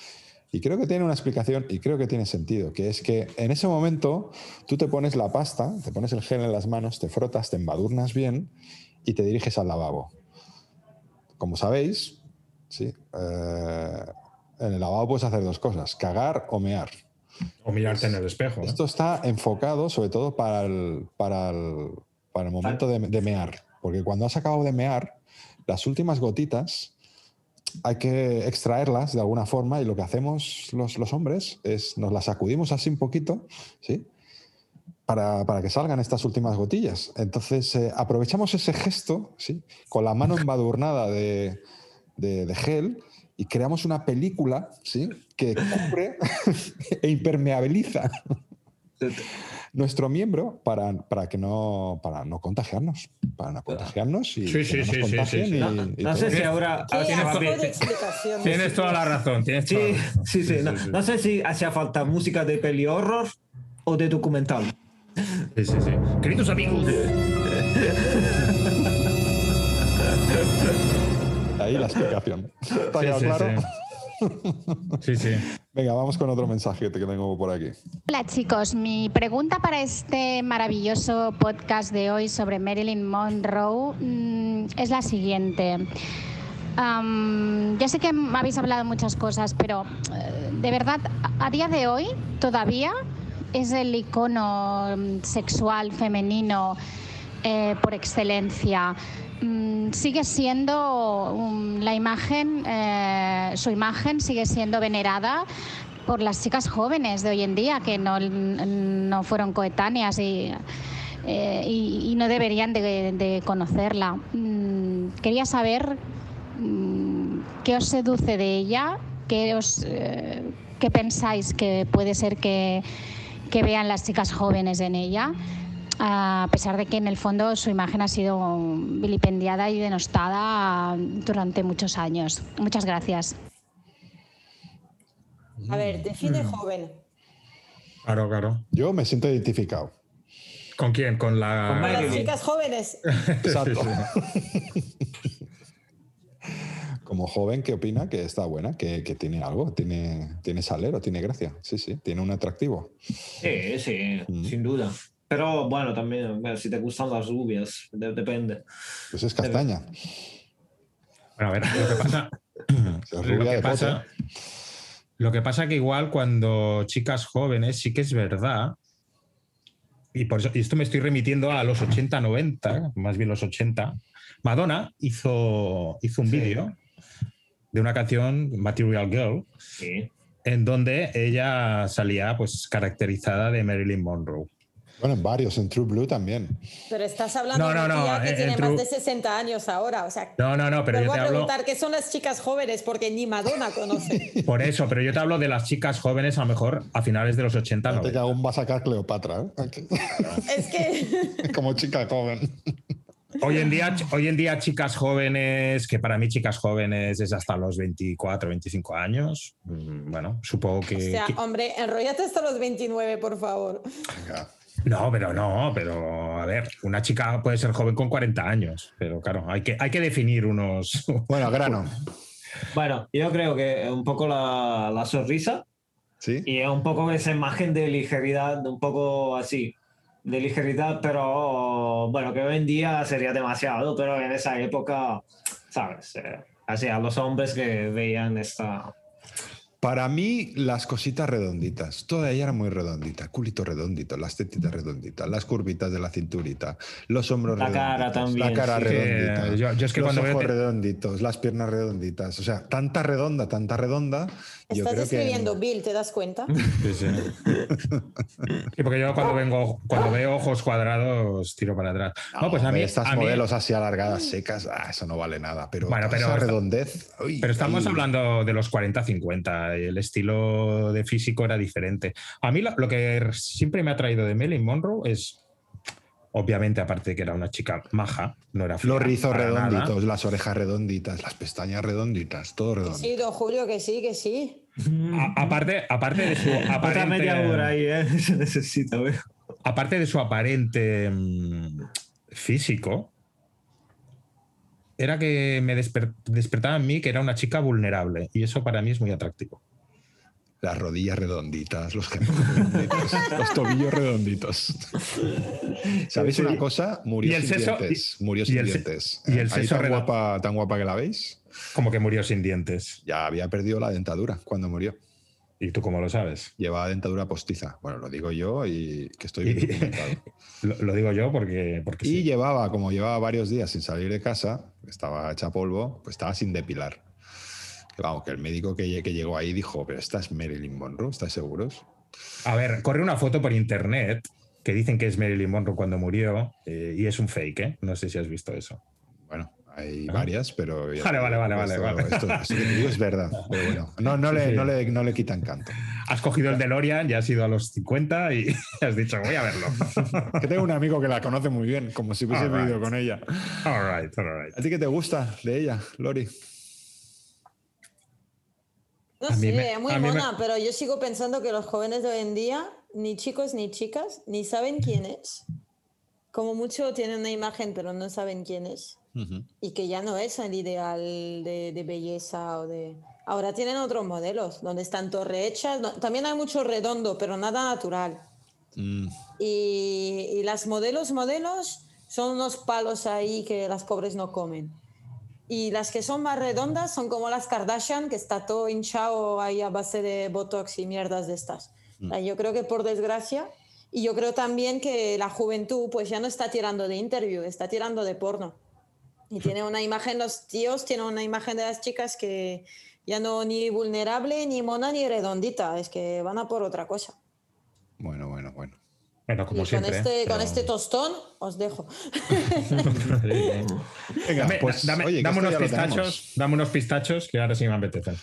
Speaker 1: Y creo que tiene una explicación y creo que tiene sentido, que es que en ese momento tú te pones la pasta, te pones el gel en las manos, te frotas, te embadurnas bien y te diriges al lavabo. Como sabéis, sí, eh, en el lavabo puedes hacer dos cosas, cagar o mear.
Speaker 4: O mirarte en el espejo. ¿eh?
Speaker 1: Esto está enfocado sobre todo para el, para el, para el momento de, de mear, porque cuando has acabado de mear, las últimas gotitas hay que extraerlas de alguna forma y lo que hacemos los, los hombres es nos las sacudimos así un poquito, ¿sí? Para, para que salgan estas últimas gotillas. Entonces eh, aprovechamos ese gesto, ¿sí? Con la mano embadurnada de, de, de gel y creamos una película, ¿sí? Que cubre e impermeabiliza nuestro miembro para, para que no para no contagiarnos para no contagiarnos y
Speaker 4: Sí,
Speaker 1: que no
Speaker 4: sí,
Speaker 1: nos
Speaker 4: sí, sí,
Speaker 1: contagien
Speaker 4: sí, sí.
Speaker 1: y-
Speaker 3: No,
Speaker 1: y
Speaker 3: no sé
Speaker 1: todo.
Speaker 3: si ahora...
Speaker 2: ¿Qué
Speaker 3: ahora-
Speaker 2: asco de
Speaker 4: tienes-
Speaker 2: explicación?
Speaker 4: Tienes toda la razón, tienes toda
Speaker 3: Sí,
Speaker 4: la razón.
Speaker 3: sí, sí. No, no sé si hacía falta música de peli horror o de documental.
Speaker 4: Sí, sí, sí. Queridos amigos,
Speaker 1: ahí la explicación ¿Está
Speaker 4: Sí,
Speaker 1: quedado
Speaker 4: sí,
Speaker 1: claro?
Speaker 4: sí, sí.
Speaker 1: venga vamos con otro mensaje que tengo por aquí
Speaker 8: Hola chicos, mi pregunta para este maravilloso podcast de hoy sobre Marilyn Monroe mm, es la siguiente. Am, ya sé que m- habéis hablado muchas cosas, pero eh, de verdad, a a día de hoy todavía es el icono mm, sexual femenino eh, por excelencia. Mm, sigue siendo mm, la imagen, eh, su imagen sigue siendo venerada por las chicas jóvenes de hoy en día que no, mm, no fueron coetáneas y, eh, y- y no deberían de, de conocerla. Mm, Quería saber mm, qué os seduce de ella, qué, os, eh, qué pensáis que puede ser que, que vean las chicas jóvenes en ella. A pesar de que en el fondo su imagen ha sido vilipendiada y denostada durante muchos años. Muchas gracias.
Speaker 2: A ver,
Speaker 3: Mm.
Speaker 2: define joven.
Speaker 4: Claro, claro.
Speaker 1: yo me siento identificado
Speaker 4: ¿Con quién? Con la.
Speaker 3: Con Marilyn.
Speaker 2: Las chicas jóvenes.
Speaker 1: exacto
Speaker 4: Sí, sí.
Speaker 1: como joven que opina que está buena que, que tiene algo tiene tiene salero tiene gracia sí sí tiene un atractivo
Speaker 3: Sí, sí,
Speaker 1: Mm.
Speaker 3: sin duda. Pero bueno, también, bueno, si te gustan las rubias, de- depende.
Speaker 1: pues es castaña
Speaker 4: Bueno, a ver, lo que pasa.
Speaker 1: es
Speaker 4: lo
Speaker 1: rubia
Speaker 4: que
Speaker 1: de
Speaker 4: pasa.
Speaker 1: pote
Speaker 4: Lo que pasa que igual cuando chicas jóvenes sí que es verdad. Y, por eso- y esto me estoy remitiendo a los 80, 90, más bien los 80. Madonna hizo, hizo un
Speaker 3: Sí.
Speaker 4: vídeo de una canción, Material Girl,
Speaker 3: Sí.
Speaker 4: en donde ella salía pues caracterizada de Marilyn Monroe.
Speaker 1: bueno en varios en True Blue también
Speaker 2: Pero estás hablando
Speaker 4: No, no,
Speaker 2: de una tía
Speaker 4: no,
Speaker 2: que
Speaker 4: eh,
Speaker 2: tiene
Speaker 4: eh,
Speaker 2: más
Speaker 4: Drew-
Speaker 2: de 60 años ahora. O sea,
Speaker 4: No, no, no, pero
Speaker 2: vuelvo
Speaker 4: yo te
Speaker 2: a
Speaker 4: hablo.
Speaker 2: preguntar qué son las chicas jóvenes, porque ni Madonna conoce.
Speaker 4: Por eso, pero yo te hablo de las chicas jóvenes, a lo mejor a finales de los 80,
Speaker 1: Fíjate que
Speaker 4: 90.
Speaker 1: aún va a sacar Cleopatra ¿eh?
Speaker 2: es que
Speaker 1: como chica joven
Speaker 4: Hoy en, día, hoy en día, chicas jóvenes, que para mí chicas jóvenes es hasta los 24, 25 años. mm, Bueno, supongo que.
Speaker 2: O sea,
Speaker 4: que-
Speaker 2: hombre, enrollate hasta los 29, por favor.
Speaker 1: Venga.
Speaker 4: No, pero no, pero a ver, una chica puede ser joven con 40 años, pero claro, hay que, hay que definir unos...
Speaker 9: Bueno, grano.
Speaker 3: Bueno, yo creo que un poco la, la sonrisa
Speaker 9: ¿Sí?
Speaker 3: y un poco esa imagen de ligeridad, un poco así, de ligeridad, pero bueno, que hoy en día sería demasiado, pero en esa época, ¿sabes? Eh, así, a los hombres que veían esta...
Speaker 1: Para mí, las cositas redonditas. Toda ella era muy redondita. Culito redondito, las tetitas redonditas, las curvitas de la cinturita, los hombros
Speaker 3: La
Speaker 1: redonditos.
Speaker 3: cara también,
Speaker 1: La cara
Speaker 3: sí.
Speaker 1: redondita.
Speaker 4: Sí, eh, yo- yo es que
Speaker 1: los
Speaker 4: cuando veo
Speaker 1: ojos
Speaker 4: te-
Speaker 1: redonditos, las piernas redonditas. O sea, tanta redonda, tanta redonda. yo
Speaker 2: Estás
Speaker 1: creo que-
Speaker 2: escribiendo Bill, ¿te das cuenta?
Speaker 4: Sí, sí. Sí, porque yo cuando, vengo, cuando veo ojos cuadrados tiro para atrás. No, pues a mí...
Speaker 1: Estas
Speaker 4: a mí-
Speaker 1: modelos así alargadas, secas, ah, eso no vale nada. Pero,
Speaker 4: Bueno, pero
Speaker 1: esa
Speaker 4: esta-
Speaker 1: redondez. uy,
Speaker 4: Pero estamos
Speaker 1: uy.
Speaker 4: hablando de los 40-50, el estilo de físico era diferente. A mí lo, lo que siempre me ha traído de Marilyn Monroe es, obviamente, aparte de que era una chica maja, no era fea
Speaker 1: Los rizos
Speaker 4: para nada.
Speaker 1: redonditos, las orejas redonditas, las pestañas redonditas, todo
Speaker 2: Que
Speaker 1: redondo.
Speaker 2: sí, don Julio, que sí, que sí.
Speaker 4: A- aparte, aparte de su
Speaker 3: Mm. Otra
Speaker 4: aparente,
Speaker 3: media hora ahí, ¿eh? Se necesita, güey.
Speaker 4: aparte de su aparente mm, físico, era que me desper- despertaba en mí que era una chica vulnerable y eso para mí es muy atractivo.
Speaker 1: Las rodillas redonditas, los gemelos redonditos, los tobillos redonditos. ¿Sabéis una cosa? Murió
Speaker 4: Y el
Speaker 1: sin
Speaker 4: seso-
Speaker 1: dientes. Murió
Speaker 4: y
Speaker 1: sin
Speaker 4: el se-
Speaker 1: dientes.
Speaker 4: y el
Speaker 1: Ahí
Speaker 4: seso
Speaker 1: tan,
Speaker 4: redondo.
Speaker 1: guapa, tan guapa que la veis,
Speaker 4: Como que murió sin dientes.
Speaker 1: ya había perdido la dentadura cuando murió.
Speaker 4: ¿Y tú cómo lo sabes?
Speaker 1: Llevaba dentadura postiza. Bueno, lo digo yo y que estoy
Speaker 4: Y-
Speaker 1: bien documentado.
Speaker 4: Lo, lo digo yo porque, porque
Speaker 1: Y
Speaker 4: sí.
Speaker 1: llevaba, como llevaba varios días sin salir de casa, estaba hecha polvo, pues estaba sin depilar. Que Vamos, que el médico que, lle- que llegó ahí dijo, pero esta es Marilyn Monroe, ¿estáis seguros?
Speaker 4: A ver, corre una foto por internet que dicen que es Marilyn Monroe cuando murió eh, y es un fake, ¿eh? No sé si has visto eso.
Speaker 1: Bueno, hay
Speaker 4: Ah.
Speaker 1: varias, pero... ya
Speaker 4: Vale,
Speaker 1: te
Speaker 4: vale,
Speaker 1: digo,
Speaker 4: vale,
Speaker 1: esto-
Speaker 4: vale, vale.
Speaker 1: Esto, esto que te digo es verdad, pero bueno. No, no,
Speaker 4: Sí,
Speaker 1: le,
Speaker 4: sí.
Speaker 1: no, le, no le quitan canto.
Speaker 4: Has cogido el DeLorean, ya has ido a los 50 y has dicho, voy a verlo.
Speaker 1: Que tengo un amigo que la conoce muy bien, como si hubiese
Speaker 4: All right.
Speaker 1: vivido con ella.
Speaker 4: All right, all right.
Speaker 1: Ah, ¿A ti qué te gusta de ella, Lori?
Speaker 2: No
Speaker 4: A mí
Speaker 2: sé,
Speaker 4: me-
Speaker 2: es muy
Speaker 4: a mí me-
Speaker 2: mona, pero yo sigo pensando que los jóvenes de hoy en día, ni chicos ni chicas, ni saben quién es. Como mucho tienen una imagen, pero no saben quién es. Y que ya no es el ideal de, de belleza o de... Ahora tienen otros modelos, donde están todo rehechas. no- También hay mucho redondo, pero nada natural.
Speaker 4: Mm.
Speaker 2: Y, y las modelos, modelos, son unos palos ahí que las pobres no comen. Y las que son más redondas son como las Kardashian, que está todo hinchado ahí a base de Botox y mierdas de estas.
Speaker 4: Mm.
Speaker 2: O sea, Yo creo que por desgracia, y yo creo también que la juventud pues ya no está tirando de interview, está tirando de porno. Y tiene una imagen, los tíos tienen una imagen de las chicas que ya no ni vulnerable, ni mona, ni redondita, es que van a por otra cosa.
Speaker 1: Bueno, bueno, bueno.
Speaker 4: Bueno, como
Speaker 2: Y
Speaker 4: siempre.
Speaker 2: con,
Speaker 4: ¿eh?
Speaker 2: este, con
Speaker 4: Pero-
Speaker 2: este tostón os dejo.
Speaker 3: ¿eh?
Speaker 1: Venga,
Speaker 4: Dame,
Speaker 1: pues,
Speaker 4: dame-
Speaker 1: oye, que
Speaker 4: dame
Speaker 1: esto
Speaker 4: unos
Speaker 1: ya lo
Speaker 4: pistachos,
Speaker 1: tenemos.
Speaker 4: dame unos pistachos que ahora sí me apetecen.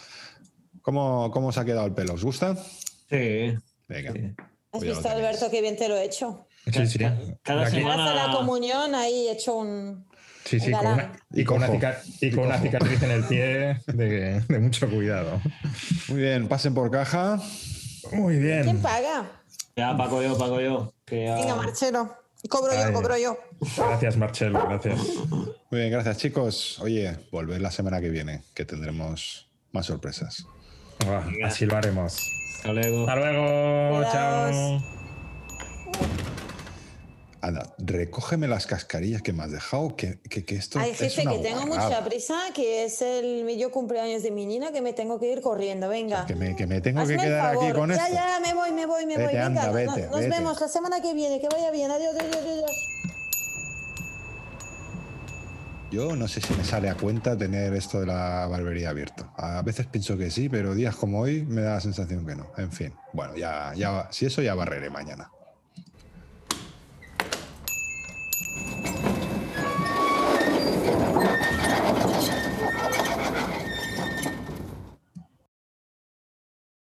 Speaker 1: ¿Cómo, ¿Cómo os ha quedado el pelo? ¿Os gusta?
Speaker 3: Sí.
Speaker 1: Venga. Pues ya
Speaker 2: ¿Has
Speaker 3: Sí.
Speaker 1: lo
Speaker 2: visto,
Speaker 1: tenéis.
Speaker 2: Alberto, qué bien te lo he hecho?
Speaker 4: Sí, sí.
Speaker 3: Cada
Speaker 4: De aquí-
Speaker 3: semana-
Speaker 2: Hasta la
Speaker 3: Ah.
Speaker 2: comunión ahí he hecho un...
Speaker 4: sí, sí, con una, y con, una,
Speaker 1: Cojo.
Speaker 4: cica- y con una
Speaker 1: Cojo.
Speaker 4: cicatriz en el pie de, de mucho cuidado.
Speaker 1: Muy bien, pasen por caja.
Speaker 4: Muy
Speaker 2: ¿Quién
Speaker 4: bien.
Speaker 2: paga?
Speaker 3: Ya, pago yo, pago yo. que ya-
Speaker 1: Ah.
Speaker 2: Venga, Marcelo. Cobro
Speaker 4: Ay.
Speaker 2: yo, cobro yo.
Speaker 4: Gracias, Marcelo, gracias.
Speaker 1: Muy bien, gracias chicos. Oye, volver la semana que viene, que tendremos más sorpresas.
Speaker 4: Ah, así lo haremos.
Speaker 3: Hasta luego.
Speaker 4: Hasta luego.
Speaker 2: Cuidaos.
Speaker 4: Chao.
Speaker 1: Anda, recógeme las cascarillas que me has dejado, que, que, que esto
Speaker 2: Ay,
Speaker 1: es
Speaker 2: jefe,
Speaker 1: una
Speaker 2: que tengo
Speaker 1: guarrada.
Speaker 2: mucha prisa, que es el medio cumpleaños de mi nina, que me tengo que ir corriendo. Venga.
Speaker 1: Que me, que me tengo
Speaker 2: Hazme
Speaker 1: que
Speaker 2: el
Speaker 1: quedar aquí
Speaker 2: favor.
Speaker 1: con
Speaker 2: ya,
Speaker 1: esto.
Speaker 2: Ya, me voy, me voy, me
Speaker 1: Vete,
Speaker 2: voy. Venga,
Speaker 1: anda,
Speaker 2: no-
Speaker 1: vete,
Speaker 2: nos, nos
Speaker 1: vete.
Speaker 2: vemos la semana que viene. Que vaya bien. Adiós, adiós, adiós, adiós.
Speaker 1: Yo no sé si me sale a cuenta tener esto de la barbería abierto. A veces pienso que sí, pero días como hoy me da la sensación que no. En fin, bueno, ya, ya si eso ya barreré mañana.